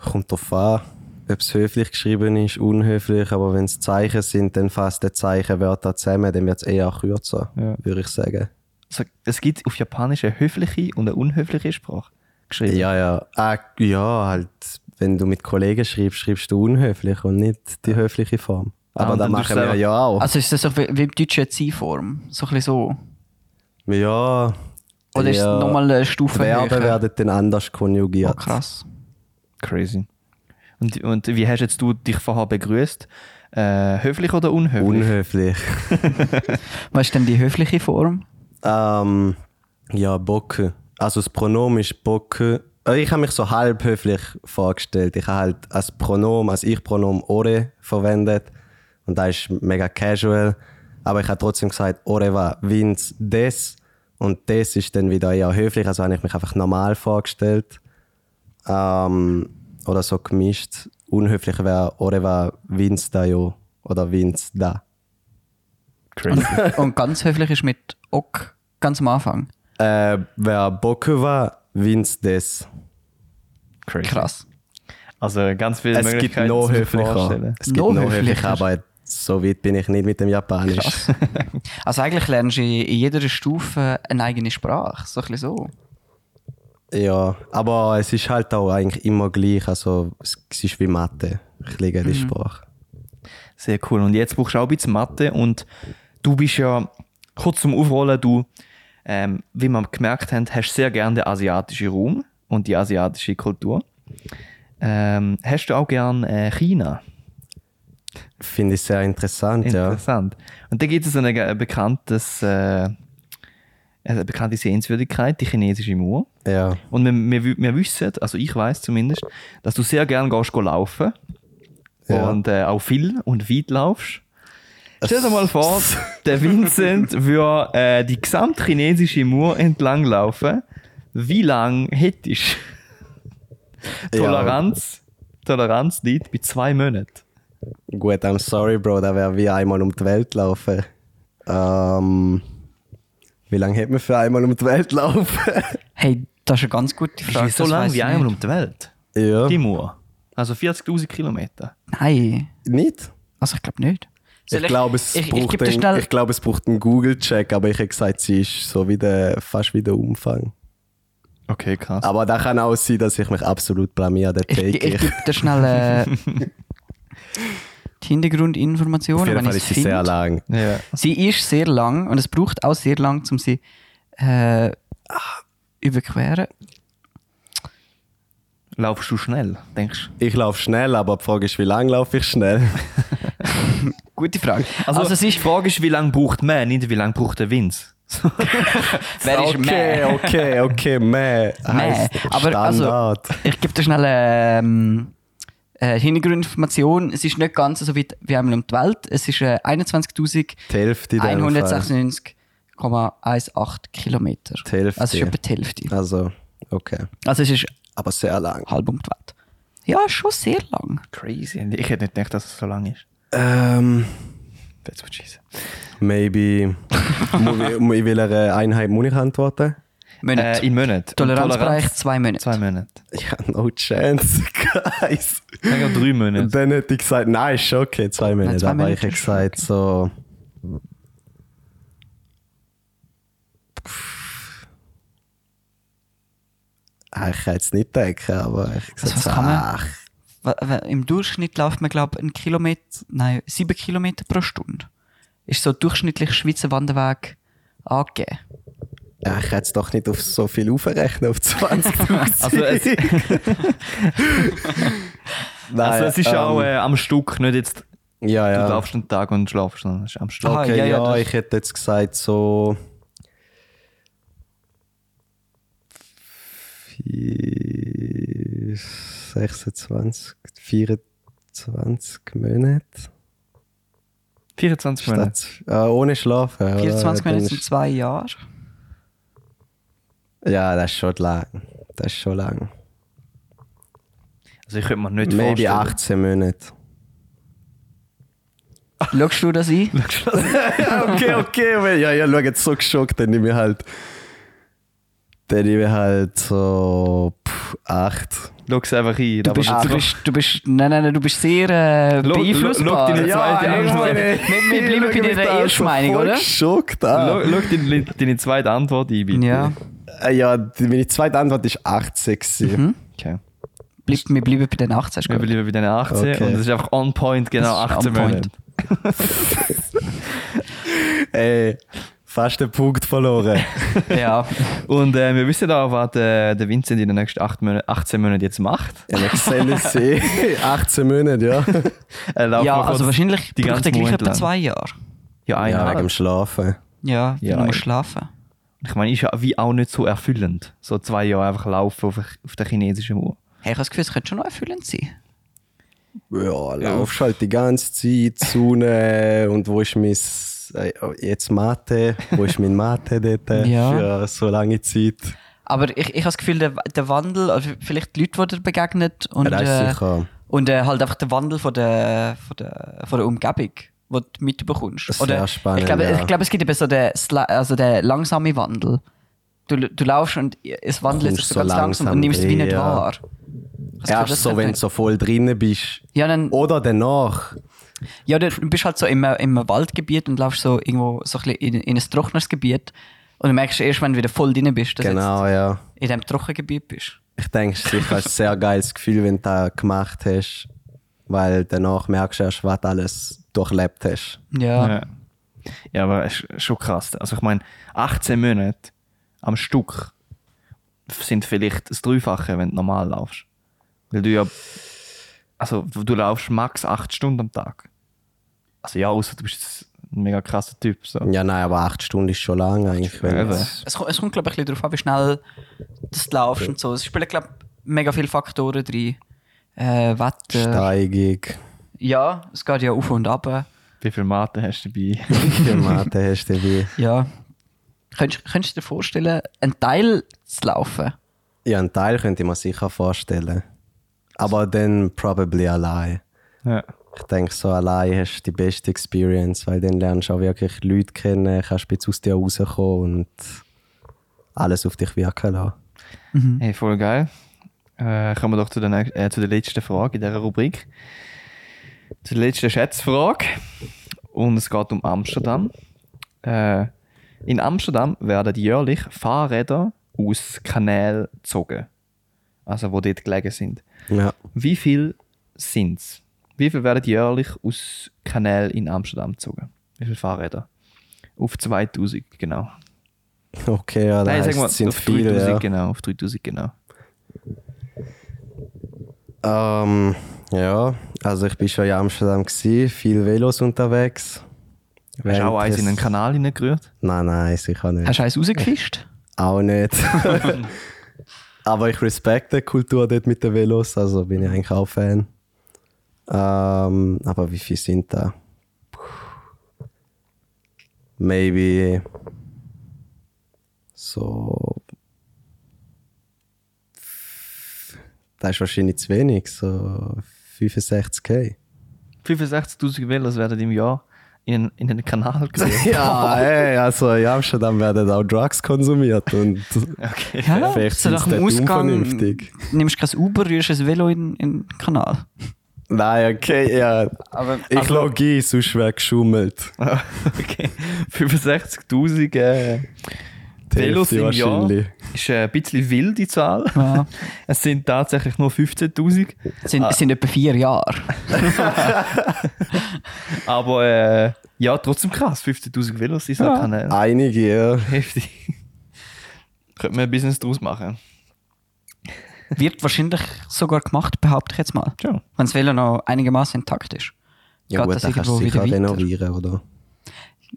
C: kommt drauf an, ob es höflich geschrieben ist, unhöflich. Aber wenn es Zeichen sind, dann fasst der Zeichen Wörter zusammen, dann wird es eher kürzer,
B: Ja.
C: würde ich sagen.
B: So, Also, Es gibt auf Japanisch eine höfliche und eine unhöfliche Sprache geschrieben.
C: Ja, ja. Ah, ja, halt, wenn du mit Kollegen schreibst, schreibst du unhöflich und nicht die höfliche Form.
B: Ah,
C: Aber
B: und
C: das
B: dann tust
C: machen
B: du
C: wir
B: selber-
C: ja auch.
D: Also ist das so wie, wie im Deutschen eine Zielform? So ein bisschen so.
C: ja.
D: Oder ist es
C: ja,
D: nochmal eine Stufe
C: Verben
D: höher?
C: werden dann anders
D: Oh,
C: konjugiert.
D: krass.
B: Crazy. Und, und wie hast jetzt du dich vorher begrüßt? Äh, höflich oder unhöflich?
C: Unhöflich.
D: Was ist denn die höfliche Form?
C: Ähm, ja, Bocke. Also das Pronomen ist Bocke. Äh, Ich habe mich so halb höflich vorgestellt. Ich habe halt als Pronomen, als Ich-Pronomen Ore verwendet. Und das ist mega casual. Aber ich habe trotzdem gesagt, Ore war Vince des. Und des ist dann wieder eher höflich. Also habe ich mich einfach normal vorgestellt. Ähm, oder so gemischt. Unhöflich wäre Ore war Vince da jo. Oder Vince da.
B: Crazy.
D: Und ganz höflich ist mit Ok ganz am Anfang.
C: Äh, wer Bocke war, Vince des.
B: Crazy.
D: Krass.
B: Also ganz viele
C: Es gibt
B: Möglichkeiten
C: noch
B: zum
C: höflicher.
B: Vorstellen.
C: Es gibt
D: Noch
C: noch höflicher,
D: höflicher.
C: aber so weit bin ich nicht mit dem Japanisch.
D: Also eigentlich lernst du in jeder Stufe eine eigene Sprache. So ein bisschen so.
C: Ja, aber es ist halt auch eigentlich immer gleich. Also es es ist wie Mathe. Ich liege die Sprache.
B: Sehr cool. Und jetzt brauchst du auch ein bisschen Mathe und du bist ja, kurz zum Aufrollen, du, ähm, wie wir gemerkt haben, hast sehr gerne den asiatischen Raum und die asiatische Kultur. Ähm, hast du auch gerne äh, China?
C: Finde ich sehr interessant,
B: Interessant. Und da gibt es so eine, ein bekanntes, äh, eine bekannte Sehenswürdigkeit, die chinesische Mauer.
C: ja. Ja.
B: Und wir, wir, wü- wir wissen, also ich weiß zumindest, dass du sehr gerne gehst go laufen
C: Ja.
B: und äh, auch viel und weit laufst. Stell dir mal vor, der Vincent würde äh, die gesamte chinesische Mauer entlang laufen. Wie lang hättest du?
C: Ja.
B: Toleranz, Toleranz liegt bei zwei Monaten.
C: Gut, I'm sorry, Bro, da wäre wie einmal um die Welt laufen. Ähm, wie lange hätten wir für einmal um die Welt laufen?
D: Hey, das ist eine ganz gute
B: Ist die
D: Frage.
B: so
D: das
B: lang
D: weiss
B: wie
D: ich
B: einmal
D: nicht.
B: um die Welt.
C: ja.
B: Die Mauer. Also 40.000 Kilometer.
D: Nein.
C: Nicht?
D: Also ich glaube nicht. um- Soll
C: Ich glaube, es,
D: ich, ich,
C: braucht
D: gebe dir
C: einen-
D: schnell,
C: ich glaube, es braucht einen Google-Check, aber ich hätte gesagt, sie ist so wie der, fast wie der Umfang.
B: Okay, krass.
C: Aber da kann auch sein, dass ich mich absolut blamiere, der
D: ich,
C: Take.
D: ich,
C: Ich,
D: gebe dir schnell äh, die
C: Auf
D: Hintergrundinformationen,
C: jeden
D: wenn
C: Fall
D: ich
C: ist sie sehr
D: finde.
C: lang.
B: Ja.
D: Sie ist sehr lang und es braucht auch sehr lang, um sie äh, überqueren.
B: Laufst du schnell, denkst
C: Ich laufe schnell, aber die Frage ist, wie lang laufe ich schnell?
D: Gute Frage.
B: du?
D: Also, es
B: die
D: ist,
B: Frage ist, wie lange braucht man, nicht wie lange braucht der Vince?
D: wer ist
C: okay,
D: mehr?
C: okay, okay, meh. Heißt
D: Aber also-
C: Standard.
D: Ich gebe dir schnell ähm, äh, Hintergrundinformation. Es ist nicht ganz so weit wie einmal um die Welt. Es ist äh,
C: die Hälfte in dem Fall.
D: 21.196,18 Kilometer.
C: Die Hälfte.
D: Also es ist etwa die Hälfte.
C: Also, okay.
D: Also es ist
C: Aber sehr lang.
D: halb um die Welt. Ja, ist schon sehr lang.
B: Crazy. Ich hätte nicht gedacht, dass es so lang ist.
C: Ähm,
B: That's what she said.
C: maybe. muss ich, mu- in welcher Einheit muss ich antworten?
D: Monat.
B: Äh, in Monaten.
D: Toleranzbereich zwei Monate.
B: Zwei Monate.
C: Ja, no chance, guys.
B: Sagen wir drei Monate.
C: Dann hätte ich gesagt, nein, ist schon okay, zwei Minuten.
D: zwei
C: aber ich
D: Minuten
C: hätte
D: ist schon
C: gesagt, so. Ah, Ich kann jetzt nicht denken, aber ich
D: Also, was
C: so,
D: kann man-
C: ach,
D: Wa- wa- Im Durchschnitt läuft man, glaube ich, einen Kilometer, nein, sieben Kilometer pro Stunde. Ist so durchschnittlich Schweizer Wanderweg angegeben.
C: ja, ich kann jetzt doch nicht auf so viel aufrechnen, auf 20.000.
B: Also
D: äh,
B: es-
D: Ah,
C: Nein,
B: Also es ist
C: ähm,
B: auch äh, am Stück, nicht jetzt,
C: Ja,
B: du
C: ja.
B: laufst einen Tag und schlafst, sondern es ist am Stück.
D: Aha,
C: Okay,
D: ja,
C: ja,
D: ja, das-
C: ich hätte jetzt gesagt so. vier- 26, 24 Monate.
B: 24 Monate.
C: Statt, äh, ohne Schlafen. oder?
D: 24
C: Dann
D: Minuten
C: ist-
D: sind zwei Jahre.
C: Ja, das ist schon lang. Das ist schon lang.
B: Also ich könnte mir nicht
C: Maybe
B: vorstellen.
C: 18 Monate.
D: Schaust du das ein?
C: ja, okay, okay. weil- Ja, ja, schau, jetzt so geschockt, dann nehme ich halt. Dann nehme ich halt so. Pff, 8.
B: Schau es einfach ein.
D: Du bist, du,
B: einfach-
D: bist, du bist, nein, nein, nein, du bist sehr äh,
B: Schau- schau
D: beeinflussbar.
B: deine zweite
D: Ja,
B: Antwort.
D: Wir, wir bleiben bei deiner ersten Meinung, oder?
C: Schockt,
B: Schau
C: ah.
B: schau deine, deine zweite Antwort ein, bitte.
D: Ja,
C: Äh, Ja, die- meine zweite Antwort ist 18. gewesen.
B: Okay.
D: Mhm. bleib, wir bleiben bei den 18. hast du
B: Wir
D: gehört?
B: bleiben bei den 18
C: Okay.
B: und es ist einfach on point, genau
D: Das ist
B: 18
D: on point.
B: Monate.
D: Mhm.
C: Ey, Äh, fast den Punkt verloren.
D: Ja,
B: Und äh, wir wissen auch, was äh, der Vincent in den nächsten acht Monat, 18 Monaten jetzt macht.
C: Ja, ich sehe es eh. 18 Monate, ja.
B: Äh, lauf
D: ja
B: mal kurz
D: also wahrscheinlich
B: die
D: braucht
B: ganze
D: er gleich
B: Monat
D: etwa
B: lang.
D: zwei Jahre. Ah,
B: Ja, ein
C: Ja,
B: Jahr.
C: wegen dem Schlafen.
D: Ja,
B: Ja,
D: ja du musst
B: ja.
D: schlafen.
B: Ich meine, ist ja wie auch nicht so erfüllend. So zwei Jahre einfach laufen auf, auf der chinesischen Uhr.
D: Hey, ich habe das Gefühl, es könnte schon noch erfüllend sein.
C: Ja, laufst halt die ganze Zeit, Sonne und wo ist mein... äh, Jetzt Mathe, wo ist mein Mathe dort?
D: Ja.
C: Für so lange Zeit.
D: Aber ich, ich habe das Gefühl, der, der Wandel, also vielleicht die Leute, die dir begegnet und,
C: Ja, das ist
D: äh,
C: sicher.
D: und äh, halt einfach der Wandel von der, von der, von der Umgebung, die du mitbekommst.
C: Sehr spannend,
D: ich, glaube,
C: ja.
D: ich glaube, es gibt eben so den, Sla- also den langsamen Wandel. Du, du laufst und es wandelt sich
C: Kommst
D: so
C: so
D: ganz langsam,
C: langsam
D: und nimmst es wie
C: rein,
D: nicht
C: ja.
D: wahr. Das
C: Erst
D: das
C: so, wenn du
D: nicht.
C: so voll drinnen bist.
D: Ja, dann,
C: Oder danach.
D: ja, du bist halt so im, im Waldgebiet und laufst so irgendwo so ein bisschen in, in ein trockenes Gebiet. Und du merkst erst, wenn du wieder voll drin bist, dass
C: Genau,
D: du
C: ja.
D: jetzt in diesem trockenen Gebiet bist.
C: Ich denke, es ist sicher ein sehr geiles Gefühl, wenn du das gemacht hast. Weil danach merkst du erst, was du alles durchlebt hast.
D: Ja.
B: Ja. ja, aber es ist schon krass. Also ich meine, 18 Monate am Stück sind vielleicht das Dreifache, wenn du normal laufst. Weil du ja, also du du laufst max 8 Stunden am Tag. Also ja, außer du bist jetzt ein mega krasser Typ. So.
C: Ja, nein, aber acht Stunden ist schon lang eigentlich. Wenn
B: Eben.
C: es-
D: Es, kommt- es kommt, glaube ich, ein bisschen darauf an, wie schnell das du laufst und so. Es spielen, glaube ich, mega viele Faktoren drin. Äh, Wetter.
C: Steigung,
D: Ja, es geht ja auf und ab.
B: Wie viele Mate hast du dabei?
C: die Mathe hast du dabei.
D: Ja. Könntest, könntest du dir vorstellen, einen Teil zu laufen?
C: Ja, einen Teil könnte ich mir sicher vorstellen. Aber dann probably allein.
B: ja.
C: Ich denke, so allein hast du die beste Experience, weil dann lernst du auch wirklich Leute kennen, kannst ein bisschen aus dir rauskommen und alles auf dich wirken lassen.
B: Hey, voll geil. Äh, kommen wir doch zu der, nächsten- äh, zu der letzten Frage in dieser Rubrik. Zu der letzten Schätzfrage. Und es geht um Amsterdam. Äh, in Amsterdam werden jährlich Fahrräder aus Kanälen gezogen. Also, wo dort gelegen sind.
C: Ja.
B: Wie viel sind es? Wie viel werden jährlich aus Kanälen in Amsterdam gezogen? Wie viele Fahrräder? Auf 2000, genau.
C: Okay, ja, das
B: sag
C: heißt,
B: mal,
C: es sind
B: auf 3000,
C: viele. Ja.
B: genau. Auf 3000, genau.
C: Ähm, ja, also ich bin schon in Amsterdam, gewesen, viel Velos unterwegs.
B: Hast du auch eins in
C: den
B: einen Kanal hineingerührt?
C: Nein, nein, sicher nicht.
D: Hast du eins rausgefischt?
C: Auch nicht. Aber ich respekte die Kultur dort mit den Velos, also bin ich eigentlich auch Fan. Ähm, aber wie viele sind da? Puh. Maybe so. Das ist wahrscheinlich zu wenig, so 65k.
B: 65.000 Velos werden im Jahr in, in den Kanal gerührt.
C: Ja, ey, also in Amsterdam werden auch Drugs konsumiert und
D: Ja,
C: Vielleicht
D: so nach
C: sind's
D: dem
C: dort
D: Ausgang
C: unvernünftig.
D: nimmst du kein Uber, rührst ein Velo in, in den Kanal.
C: Nein, okay, ja.
D: Aber-
C: ich also, log ein, sonst wäre geschummelt.
B: okay. 65.000 äh,
C: Die
B: Velos im
C: Hälfte
B: Jahr
C: wahrscheinlich.
B: ist äh, ein bisschen wild, die Zahl.
D: Ja.
B: Es sind tatsächlich nur 15.000.
D: Es
C: Ah.
D: sind, es sind etwa vier Jahre.
B: Aber äh, ja, trotzdem krass. 15.000 Velos ist ja. auch keine
C: Einige, ja.
B: heftig. Könnte man ein Business draus machen.
D: Wird wahrscheinlich sogar gemacht, behaupte ich jetzt mal.
B: Ja.
D: Wenn das Velo noch einigermaßen intakt ist.
C: Ja, gut, dann kannst du sicher renovieren, oder?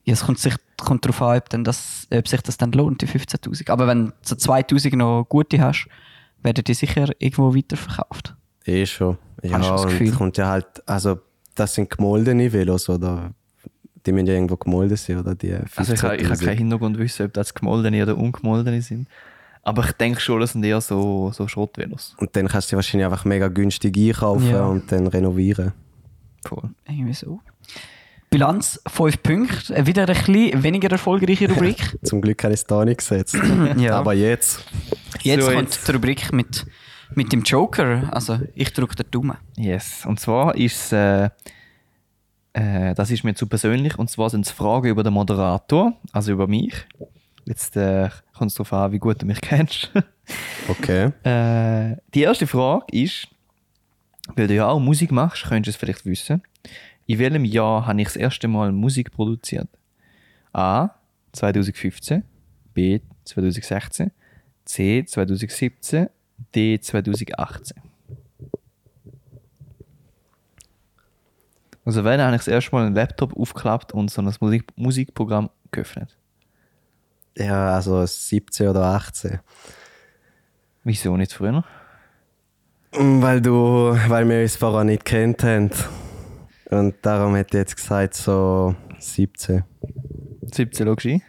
D: Ja, es kommt, sich, kommt darauf an, ob, denn das, ob sich das dann lohnt, die 15.000. Aber wenn du so 2.000 noch gute hast, werden die sicher irgendwo weiterverkauft.
C: Eh schon. Ja,
D: Hast du das Gefühl?
C: und kommt ja halt, also, das sind gemoldene Velos, oder? Die müssen ja irgendwo gemolden sein, oder? Die
B: Also ich, ha- ich habe
C: 15.000.
B: keinen Hintergrund wissen, ob das gemoldene oder ungemoldene sind. Aber ich denke schon, das sind eher so, so Schrottvelos.
C: Und dann kannst du sie wahrscheinlich einfach mega günstig einkaufen
D: Ja.
C: und dann renovieren.
B: Voll.
D: Irgendwie so. Bilanz 5 Punkte. Äh, Wieder eine bisschen weniger erfolgreiche Rubrik.
C: Zum Glück habe ich es da nicht gesetzt.
D: Ja.
C: Aber jetzt.
D: Jetzt
B: So,
D: kommt
B: jetzt-
D: die Rubrik mit Mit dem Joker, also ich drücke den Daumen.
B: Yes. Und zwar ist äh, äh, das ist mir zu persönlich, und zwar sind es Fragen über den Moderator, also über mich. Jetzt äh, kommt es darauf an, wie gut du mich kennst.
C: Okay.
B: Äh, die erste Frage ist, weil du ja auch Musik machst, könntest du es vielleicht wissen. In welchem Jahr habe ich das erste Mal Musik produziert? A. 2015, B. 2016, C. 2017, D. 2018. Also wann habe ich das erste Mal einen Laptop aufgeklappt und so ein Musik Musikprogramm geöffnet?
C: Ja, also 17 oder 18.
B: Wieso nicht früher?
C: Mm, Weil du, weil wir uns vorher nicht kennt haben. Und darum hätte ich jetzt gesagt, so 17.
B: 17 logisch ein.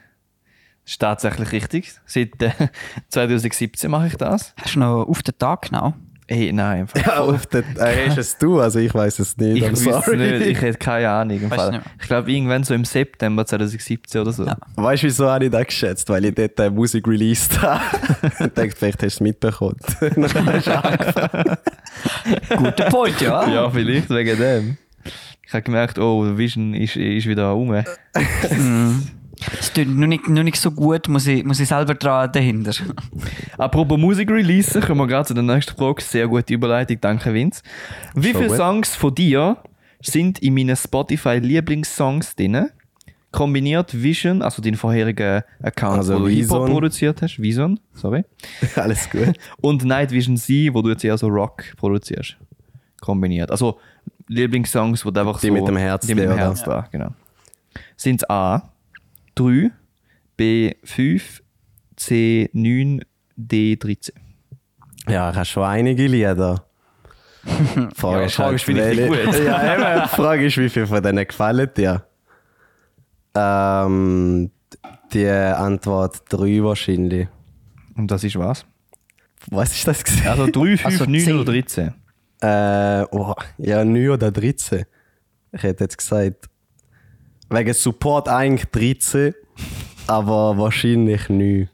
B: Das ist tatsächlich richtig. Seit äh, 2017 mache ich das.
D: Hast du noch auf den Tag genau?
B: Ey, nein, im Fall.
C: Ja, auf den, äh, hast es du, also ich weiß es nicht.
B: Ich
C: I'm
B: weiß
C: sorry.
B: nicht, ich hätte keine Ahnung. Im
D: Weiss
B: Fall.
D: nicht mehr.
B: Ich glaube, irgendwann so im September 2017 oder so.
D: Ja.
C: Weißt du, wieso habe ich das geschätzt? Weil ich dort äh, Musik released habe. Und dachte, vielleicht hast du es mitbekommen.
D: Guter Point, ja.
B: Ja, vielleicht wegen dem. Ich habe gemerkt, oh, Vision ist, ist wieder rum.
D: Es tönt noch nicht, noch nicht so gut, muss ich, muss ich selber dran dahinter.
B: Apropos Musik releasen, kommen wir gerade zu der nächsten Frage. Sehr gute Überleitung, danke Vince. Wie
C: Schon
B: viele
C: gut.
B: Songs von dir sind in meinen Spotify-Lieblingssongs drin? Kombiniert Vision, also deinen vorherigen Account,
C: Also
B: wo du Hip-Hop
C: Vison.
B: produziert hast, Vision, sorry,
C: Alles gut.
B: und Night Vision C, wo du jetzt eher so Rock produzierst. Kombiniert. Also Lieblingssongs, wo du einfach
C: Die
B: so...
C: mit dem Herz,
B: Die mit dem
C: oder?
B: Herz da, genau. Sind es A, 3, B, 5, C, 9, D, 13.
C: Ja, ich habe schon einige Lieder. Die
B: Ja,
C: Frage
B: die Frage ist,
C: halt,
B: bin ich
C: welche-
B: nicht gut?
C: ja, eben. Die Frage ist, wie viele von denen gefallen dir? Ähm, die Antwort 3 wahrscheinlich.
B: Und das ist was?
C: Was ist das? gewesen?
B: Also 3, 5,
D: Also
B: 9
D: zehn.
B: oder 13.
C: Äh, oh, ja, 9 oder 13. Ich hätte jetzt gesagt, wegen Support eigentlich 13, aber wahrscheinlich 9.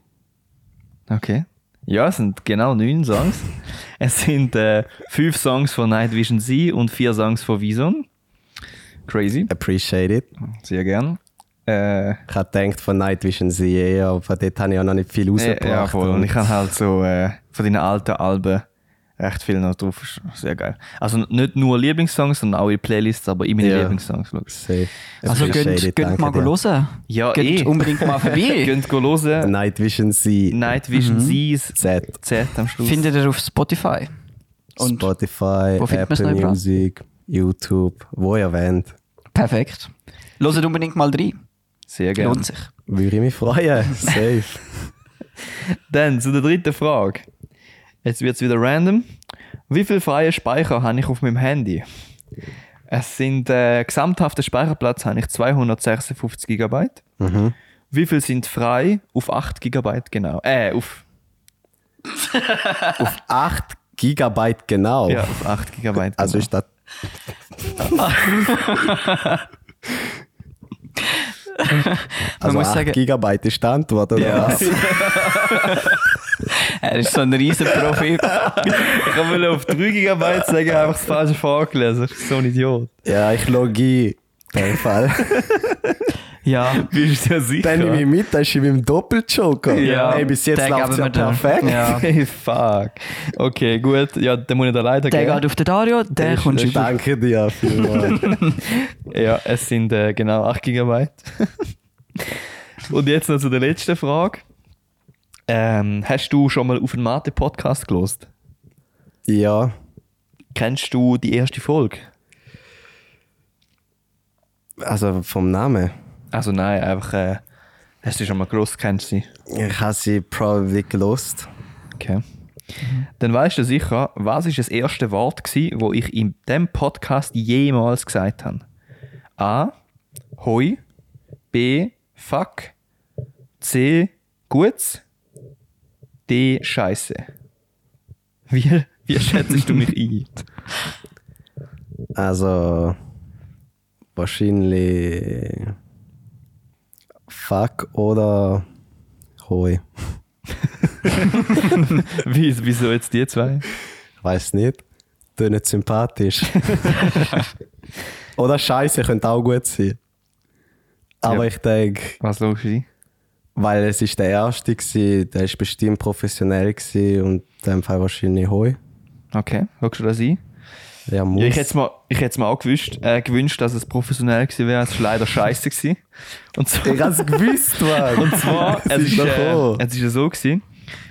B: Okay. Ja, es sind genau 9 Songs. es sind 5 Songs von Night Vision Z und 4 Songs von Vison. Crazy.
C: Appreciate it.
B: Sehr gern. Äh,
C: Ich habe gedacht, von Night Vision sie eh, aber von dort habe ich auch noch nicht viel rausgebracht.
B: äh, ja, voll. Und
C: Und-
B: ich habe halt so äh, von deinen alten Alben recht viel noch drauf. Ist Sehr geil. Also nicht nur Lieblingssongs, sondern auch in Playlists, aber immer meine
C: Ja.
B: Lieblingssongs. schau.
C: Safe.
D: Also
C: Appreciate
D: geht,
C: it,
D: geht
C: danke
D: mal
C: dir.
D: hören.
B: Ja,
D: geht
B: eh.
D: unbedingt mal vorbei.
B: Könnt go hören.
C: Night Vision sie
B: Night Vision Z's
C: Z.
B: Z am Schluss.
D: Mhm. Findet ihr auf Spotify. Und
C: Spotify,
D: wo findet man's
C: Apple
D: noch überall?
C: Music, YouTube, wo ihr wollt.
D: perfekt. Genau. Hört unbedingt mal rein.
B: Sehr gerne.
D: Lohnt sich.
C: Würde ich mich freuen. Safe.
B: Dann zu der dritten Frage. Jetzt wird es wieder random. Wie viel freie Speicher habe ich auf meinem Handy? Es sind äh, gesamthafter Speicherplatz habe ich 256 GB. Mhm. Wie viel sind frei auf 8 GB genau? Äh, auf,
C: 8 Gigabyte genau.
B: ja, auf 8 GB. Genau.
C: Also ist das
D: Man
C: also
D: muss
C: 8
D: sagen,
C: Gigabyte ist die Antwort, oder
B: Ja.
C: was?
D: er ist so ein riesen Profi.
B: ich will auf 3 GB sagen, einfach das falsche vorgelesen. Ich bin so ein Idiot.
C: Ja, ich logge ein. In dem Fall.
D: ja.
B: Bist du ja sicher?
C: Dann nehme ich mit, das ist in meinem Doppeljoker.
B: Ja.
C: Ey, bis jetzt
D: Den
C: läuft es
D: geben
C: ja
D: wir dir.
C: perfekt.
D: Ja.
B: Hey, fuck. Okay, gut. Ja, dann muss ich da leider
D: Der
B: gehen.
D: geht auf den Dario, der
B: Ist-
D: kommt über.
C: Danke dir vielmals.
B: Ja, es sind äh, genau 8 GB. Und jetzt noch zu der letzten Frage. Ähm, hast du schon mal auf einen Mate-Podcast gelost?
C: ja.
B: Kennst du die erste Folge?
C: Also vom Namen.
B: Also nein, einfach äh, hast du schon mal gelost, kennst du sie?
C: Ich habe sie probably gelost.
B: Okay. Dann weißt du sicher, was ist das erste Wort gsi, wo ich in dem Podcast jemals gesagt habe? A. Hoi. B. Fuck. C. Guts. D. Scheiße. Wie, wie schätzt du mich ein?
C: Also wahrscheinlich Fuck oder Hoi.
B: Wie- Wieso jetzt die zwei?
C: Weiß nicht. Tönt sympathisch. Oder Scheiße könnte auch gut sein. Aber
B: Ja.
C: ich denke,
B: Was los ist?
C: weil es ist der erste war, der ist bestimmt professionell gewesen und in dem Fall wahrscheinlich heu.
B: Okay, schaust du das ein?
C: Ja, muss.
B: Ja, ich hätte es mir, ich hätt's mir auch gewünscht, äh, gewünscht, dass es professionell gewesen wäre. Es war leider scheiße. Gewesen. Und zwar,
C: Ich hab's gewusst, Mann.
B: und zwar es, ist,
C: doch
B: äh,
C: gekommen.
B: es ist ja so gewesen.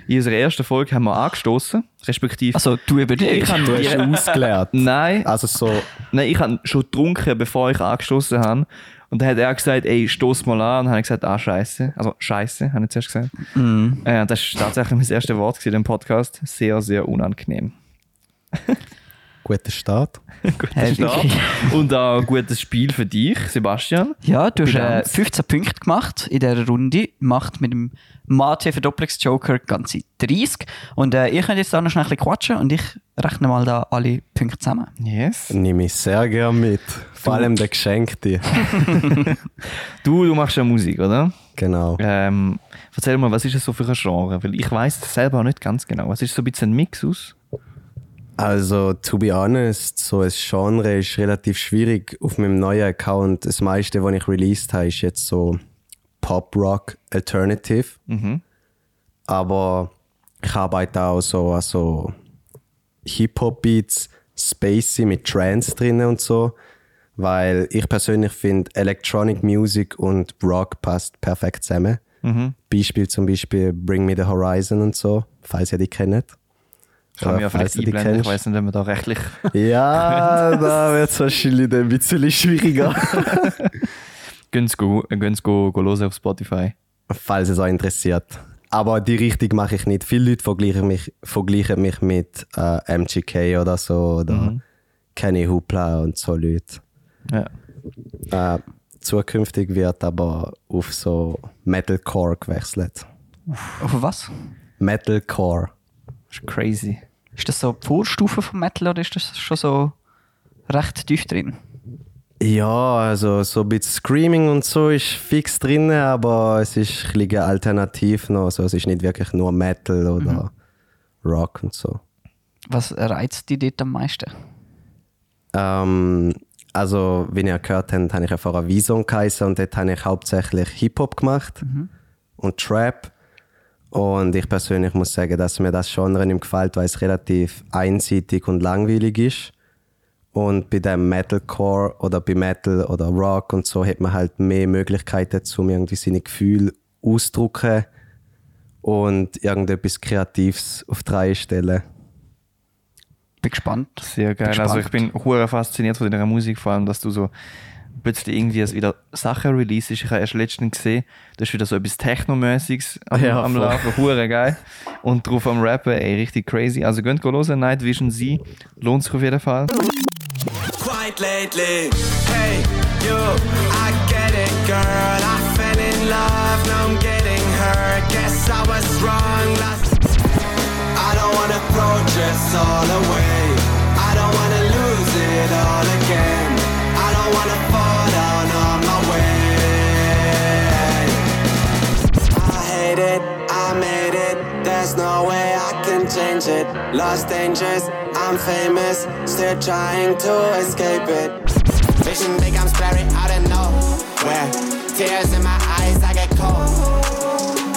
B: In unserer ersten Folge haben wir angestoßen, respektive.
D: Also, du über dich.
B: Ich
C: Du hast
B: habe
C: ihn ausgelernt.
B: Nein,
C: Also so,
B: nein, ich habe schon getrunken, bevor ich angestoßen habe. Und dann hat er gesagt, ey, stoß mal an. Und dann habe ich gesagt, ah, scheiße. Also, scheiße, habe ich zuerst gesagt.
D: Mhm.
B: Äh, das ist tatsächlich mein erstes Wort gewesen im Podcast. Sehr, sehr unangenehm.
C: guter Start.
B: Guter Start. Und auch ein gutes Spiel für dich, Sebastian.
D: Ja, du hast äh,
B: Bilanz.
D: 15 Punkte gemacht in dieser Runde. Macht mit dem Mate Verdopplungsjoker ganze 30. Und äh, ihr könnt jetzt auch noch schnell ein bisschen quatschen und ich rechne mal da alle Punkte zusammen.
B: Yes.
C: Nehme ich sehr gern mit. Vor allem der Geschenkte.
B: Du, du machst ja Musik, oder?
C: Genau.
B: Ähm, erzähl mal, was ist das so für ein Genre? Weil ich weiß selber auch nicht ganz genau. Es ist so ein bisschen ein Mix aus.
C: Also, to be honest, so ein Genre ist relativ schwierig auf meinem neuen Account. Das meiste, was ich released habe, ist jetzt so Pop Rock Alternative. Aber ich arbeite auch so an so Hip-Hop-Beats, Spacey mit Trance drin und so. Weil ich persönlich finde, Electronic Music und Rock passt perfekt zusammen.
B: Mhm.
C: Beispiel zum Beispiel Bring Me the Horizon und so, falls ihr die
B: Kann
C: kennt. Oder
B: mir ja
C: falls
B: vielleicht
C: ihr die
B: einblenden. Ich
C: kennt.
B: weiß nicht, ob wir da rechtlich.
C: Ja, da wird es wahrscheinlich dann ein bisschen schwieriger.
B: Gönn's go, äh, gönn's go, go los auf Spotify.
C: Falls es euch interessiert. Aber die Richtung mache ich nicht. Viele Leute vergleichen mich, vergleichen mich mit äh, MGK oder so oder Kenny Hoopla und so Leute.
B: Ja.
C: Äh, zukünftig wird aber auf so Metalcore gewechselt.
D: Auf was?
C: Metalcore.
B: Ist crazy.
D: Ist das so die Vorstufe vom Metal oder ist das schon so recht tief drin?
C: Ja, also so ein bisschen Screaming und so ist fix drin, aber es ist ein bisschen alternativ noch. Also es ist nicht wirklich nur Metal oder Rock und so.
D: Was reizt dich dort am meisten?
C: Ähm, also, wie ihr gehört habt, habe ich ja vorher Vision geheißen und dort habe ich hauptsächlich Hip-Hop gemacht und Trap. Und ich persönlich muss sagen, dass mir das Genre nicht gefällt, weil es relativ einseitig und langweilig ist. Und bei dem Metalcore oder bei Metal oder Rock und so hat man halt mehr Möglichkeiten, um irgendwie seine Gefühle ausdrücken und irgendetwas Kreatives auf die Reihe stellen.
D: Bin gespannt.
B: Sehr geil.
D: Bin
B: also ich
D: gespannt.
B: bin hure fasziniert von deiner Musik, vor allem, dass du so plötzlich irgendwie es wieder Sachen releases. Ich habe erst letztens gesehen, das ist wieder so etwas Technomäßiges am,
C: Ja,
B: am
C: voll.
B: Laufen, hure geil. Und drauf am Rappen, ey, richtig crazy. Also gönnt go los, Night Vision Sie. Lohnt sich auf jeden Fall.
E: quite lately. Hey, you, I get it, girl. I fell in love, now I'm getting hurt. Guess I was wrong last. I don't wanna throw this all away. I don't wanna lose it all again. I don't wanna fall down on my way. I hate it, I made it. There's no way I can change it. Lost dangers, I'm famous, still trying to escape it. Vision big, I'm staring out of nowhere. Tears in my eyes, I get cold.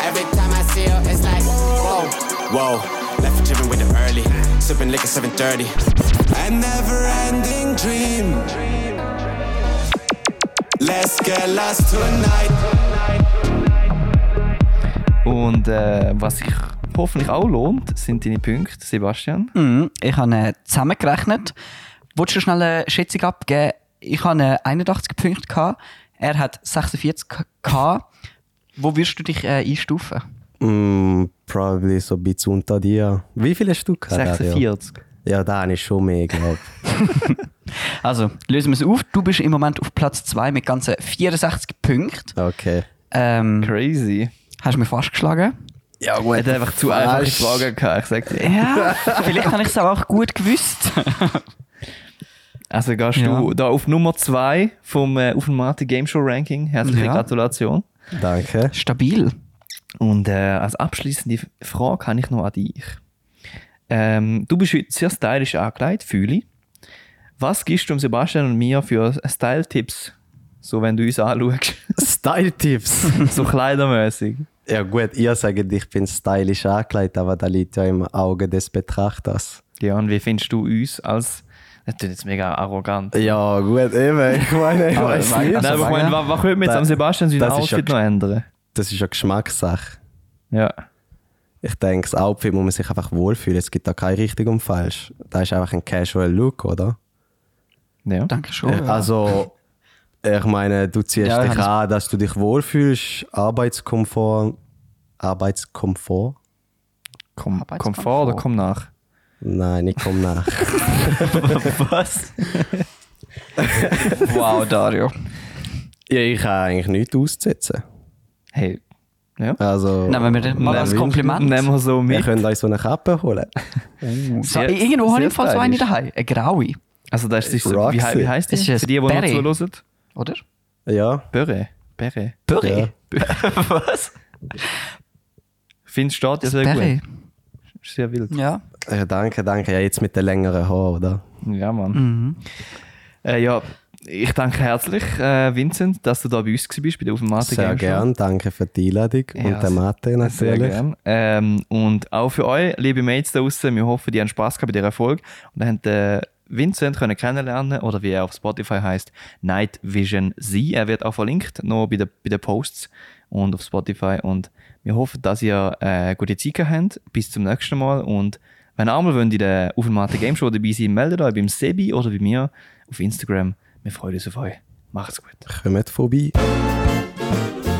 E: Every time I see you, it's like, whoa, whoa. Left for tripping with the early, sipping liquor 7:30. A never-ending dream. Let's get lost tonight.
B: Und äh, was sich hoffentlich auch lohnt, sind deine Punkte, Sebastian.
D: Mhm, ich habe äh, zusammengerechnet. Wolltest du schnell eine Schätzung abgeben? Ich habe äh, 81 Punkte, gehabt. er hat 46 gehabt. Wo wirst du dich äh, einstufen?
C: Mm, probably so ein bisschen unter dir. Wie viele Stück hat er?
B: 46.
C: Ja, da habe ich schon mehr, glaube
D: Also, lösen wir es auf. Du bist im Moment auf Platz 2 mit ganzen 64 Punkten.
C: Okay.
D: Ähm,
B: Crazy.
D: hast du mich fast geschlagen?
B: Ja, gut.
C: Äh,
B: Hätte einfach zu einfache
C: Fast.
B: Fragen gehabt, ich sag dir.
D: Ja, vielleicht habe ich es aber auch gut gewusst.
B: Also gehst du da auf Nummer 2 vom äh, auf dem Mate Game Show Ranking. Herzliche
D: Ja.
B: Gratulation.
C: Danke.
D: Stabil.
B: Und äh, als abschließende F- Frage habe ich noch an dich. Ähm, du bist heute sehr stylisch angelegt, fühle ich. Was gibst du dem Sebastian und mir für Style-Tipps? So, wenn du uns anschaust.
C: Style-Tipps.
B: so kleidermäßig.
C: ja gut, ihr sagt, ich bin stylisch angelegt, aber da liegt ja im Auge des Betrachters.
B: Ja, und wie findest du uns als. Das klingt jetzt mega arrogant.
C: Ja gut, eben. Ich meine, Äh, ich
B: Aber
C: weiß nicht.
B: Nein, aber ich meine, was, was können wir jetzt
C: Da-
B: am Sebastian sein
C: das ist ja
B: Outfit noch ändern?
C: Das ist ja Geschmackssache.
B: Ja.
C: Ich denke, das Outfit muss man sich einfach wohlfühlen. Es gibt da kein richtig und falsch. Da ist einfach ein Casual Look, oder?
B: Oh ja.
D: Danke schon.
C: Also, ich meine, du ziehst
D: Ja,
C: dich
D: Hannes-
C: an, dass du dich wohlfühlst, Arbeitskomfort, Arbeitskomfort?
B: Komm,
D: Arbeitskomfort.
B: komm vor oder komm nach?
C: Nein, ich komme nach.
D: Was?
C: Oh,
D: wow, Dario.
C: ja, ich kann eigentlich nichts aussetzen.
B: Hey. Ja.
C: Also,
D: Nehmen wir das mal als Kompliment.
B: Nehmen wir so
C: wir
B: mit.
C: können euch so eine Kappe holen.
D: So,
B: Sehr-
D: irgendwo habe
B: sehr
D: ich im Fall so eine
B: stylisch.
D: daheim. Eine graue,
B: Also, das ist so, wie, hei-
C: Roxy.
B: wie heißt
D: Das
B: das?
D: ist ein
B: Für die, die noch
D: Beret.
B: zuhören?
D: oder?
C: Ja,
B: Böre. Böre.
C: ja.
D: Püree.
B: Was? Findest du das sehr
D: Püree.
B: gut? Ist Sehr wild.
D: Ja.
C: ja. äh, Danke, danke. Ja, jetzt mit den längeren Haaren, oder?
B: Ja, Mann. Äh, ja, ich danke herzlich, äh, Vincent, dass du da bei uns warst, bei der Auf dem Mate
C: Sehr
B: Game Show.
C: gern. Danke für die Einladung
B: Ja,
C: und der Mathe natürlich.
B: Sehr gern. Ähm, und auch für euch, liebe Mates da draußen, wir hoffen, die haben Spaß gehabt bei dieser Folge und haben den Vincent können kennenlernen oder wie er auf Spotify heißt, Night Vision Z. Er wird auch verlinkt, noch bei den, bei den Posts und auf Spotify. Und wir hoffen, dass ihr äh, gute Zeit gehabt habt. Bis zum nächsten Mal. Und wenn ihr einmal wollt, in der Aufenmate Game Show dabei sein meldet euch beim Sebi oder bei mir auf Instagram. Wir freuen uns auf euch. Macht's gut.
C: Kommt vorbei.
E: Bye.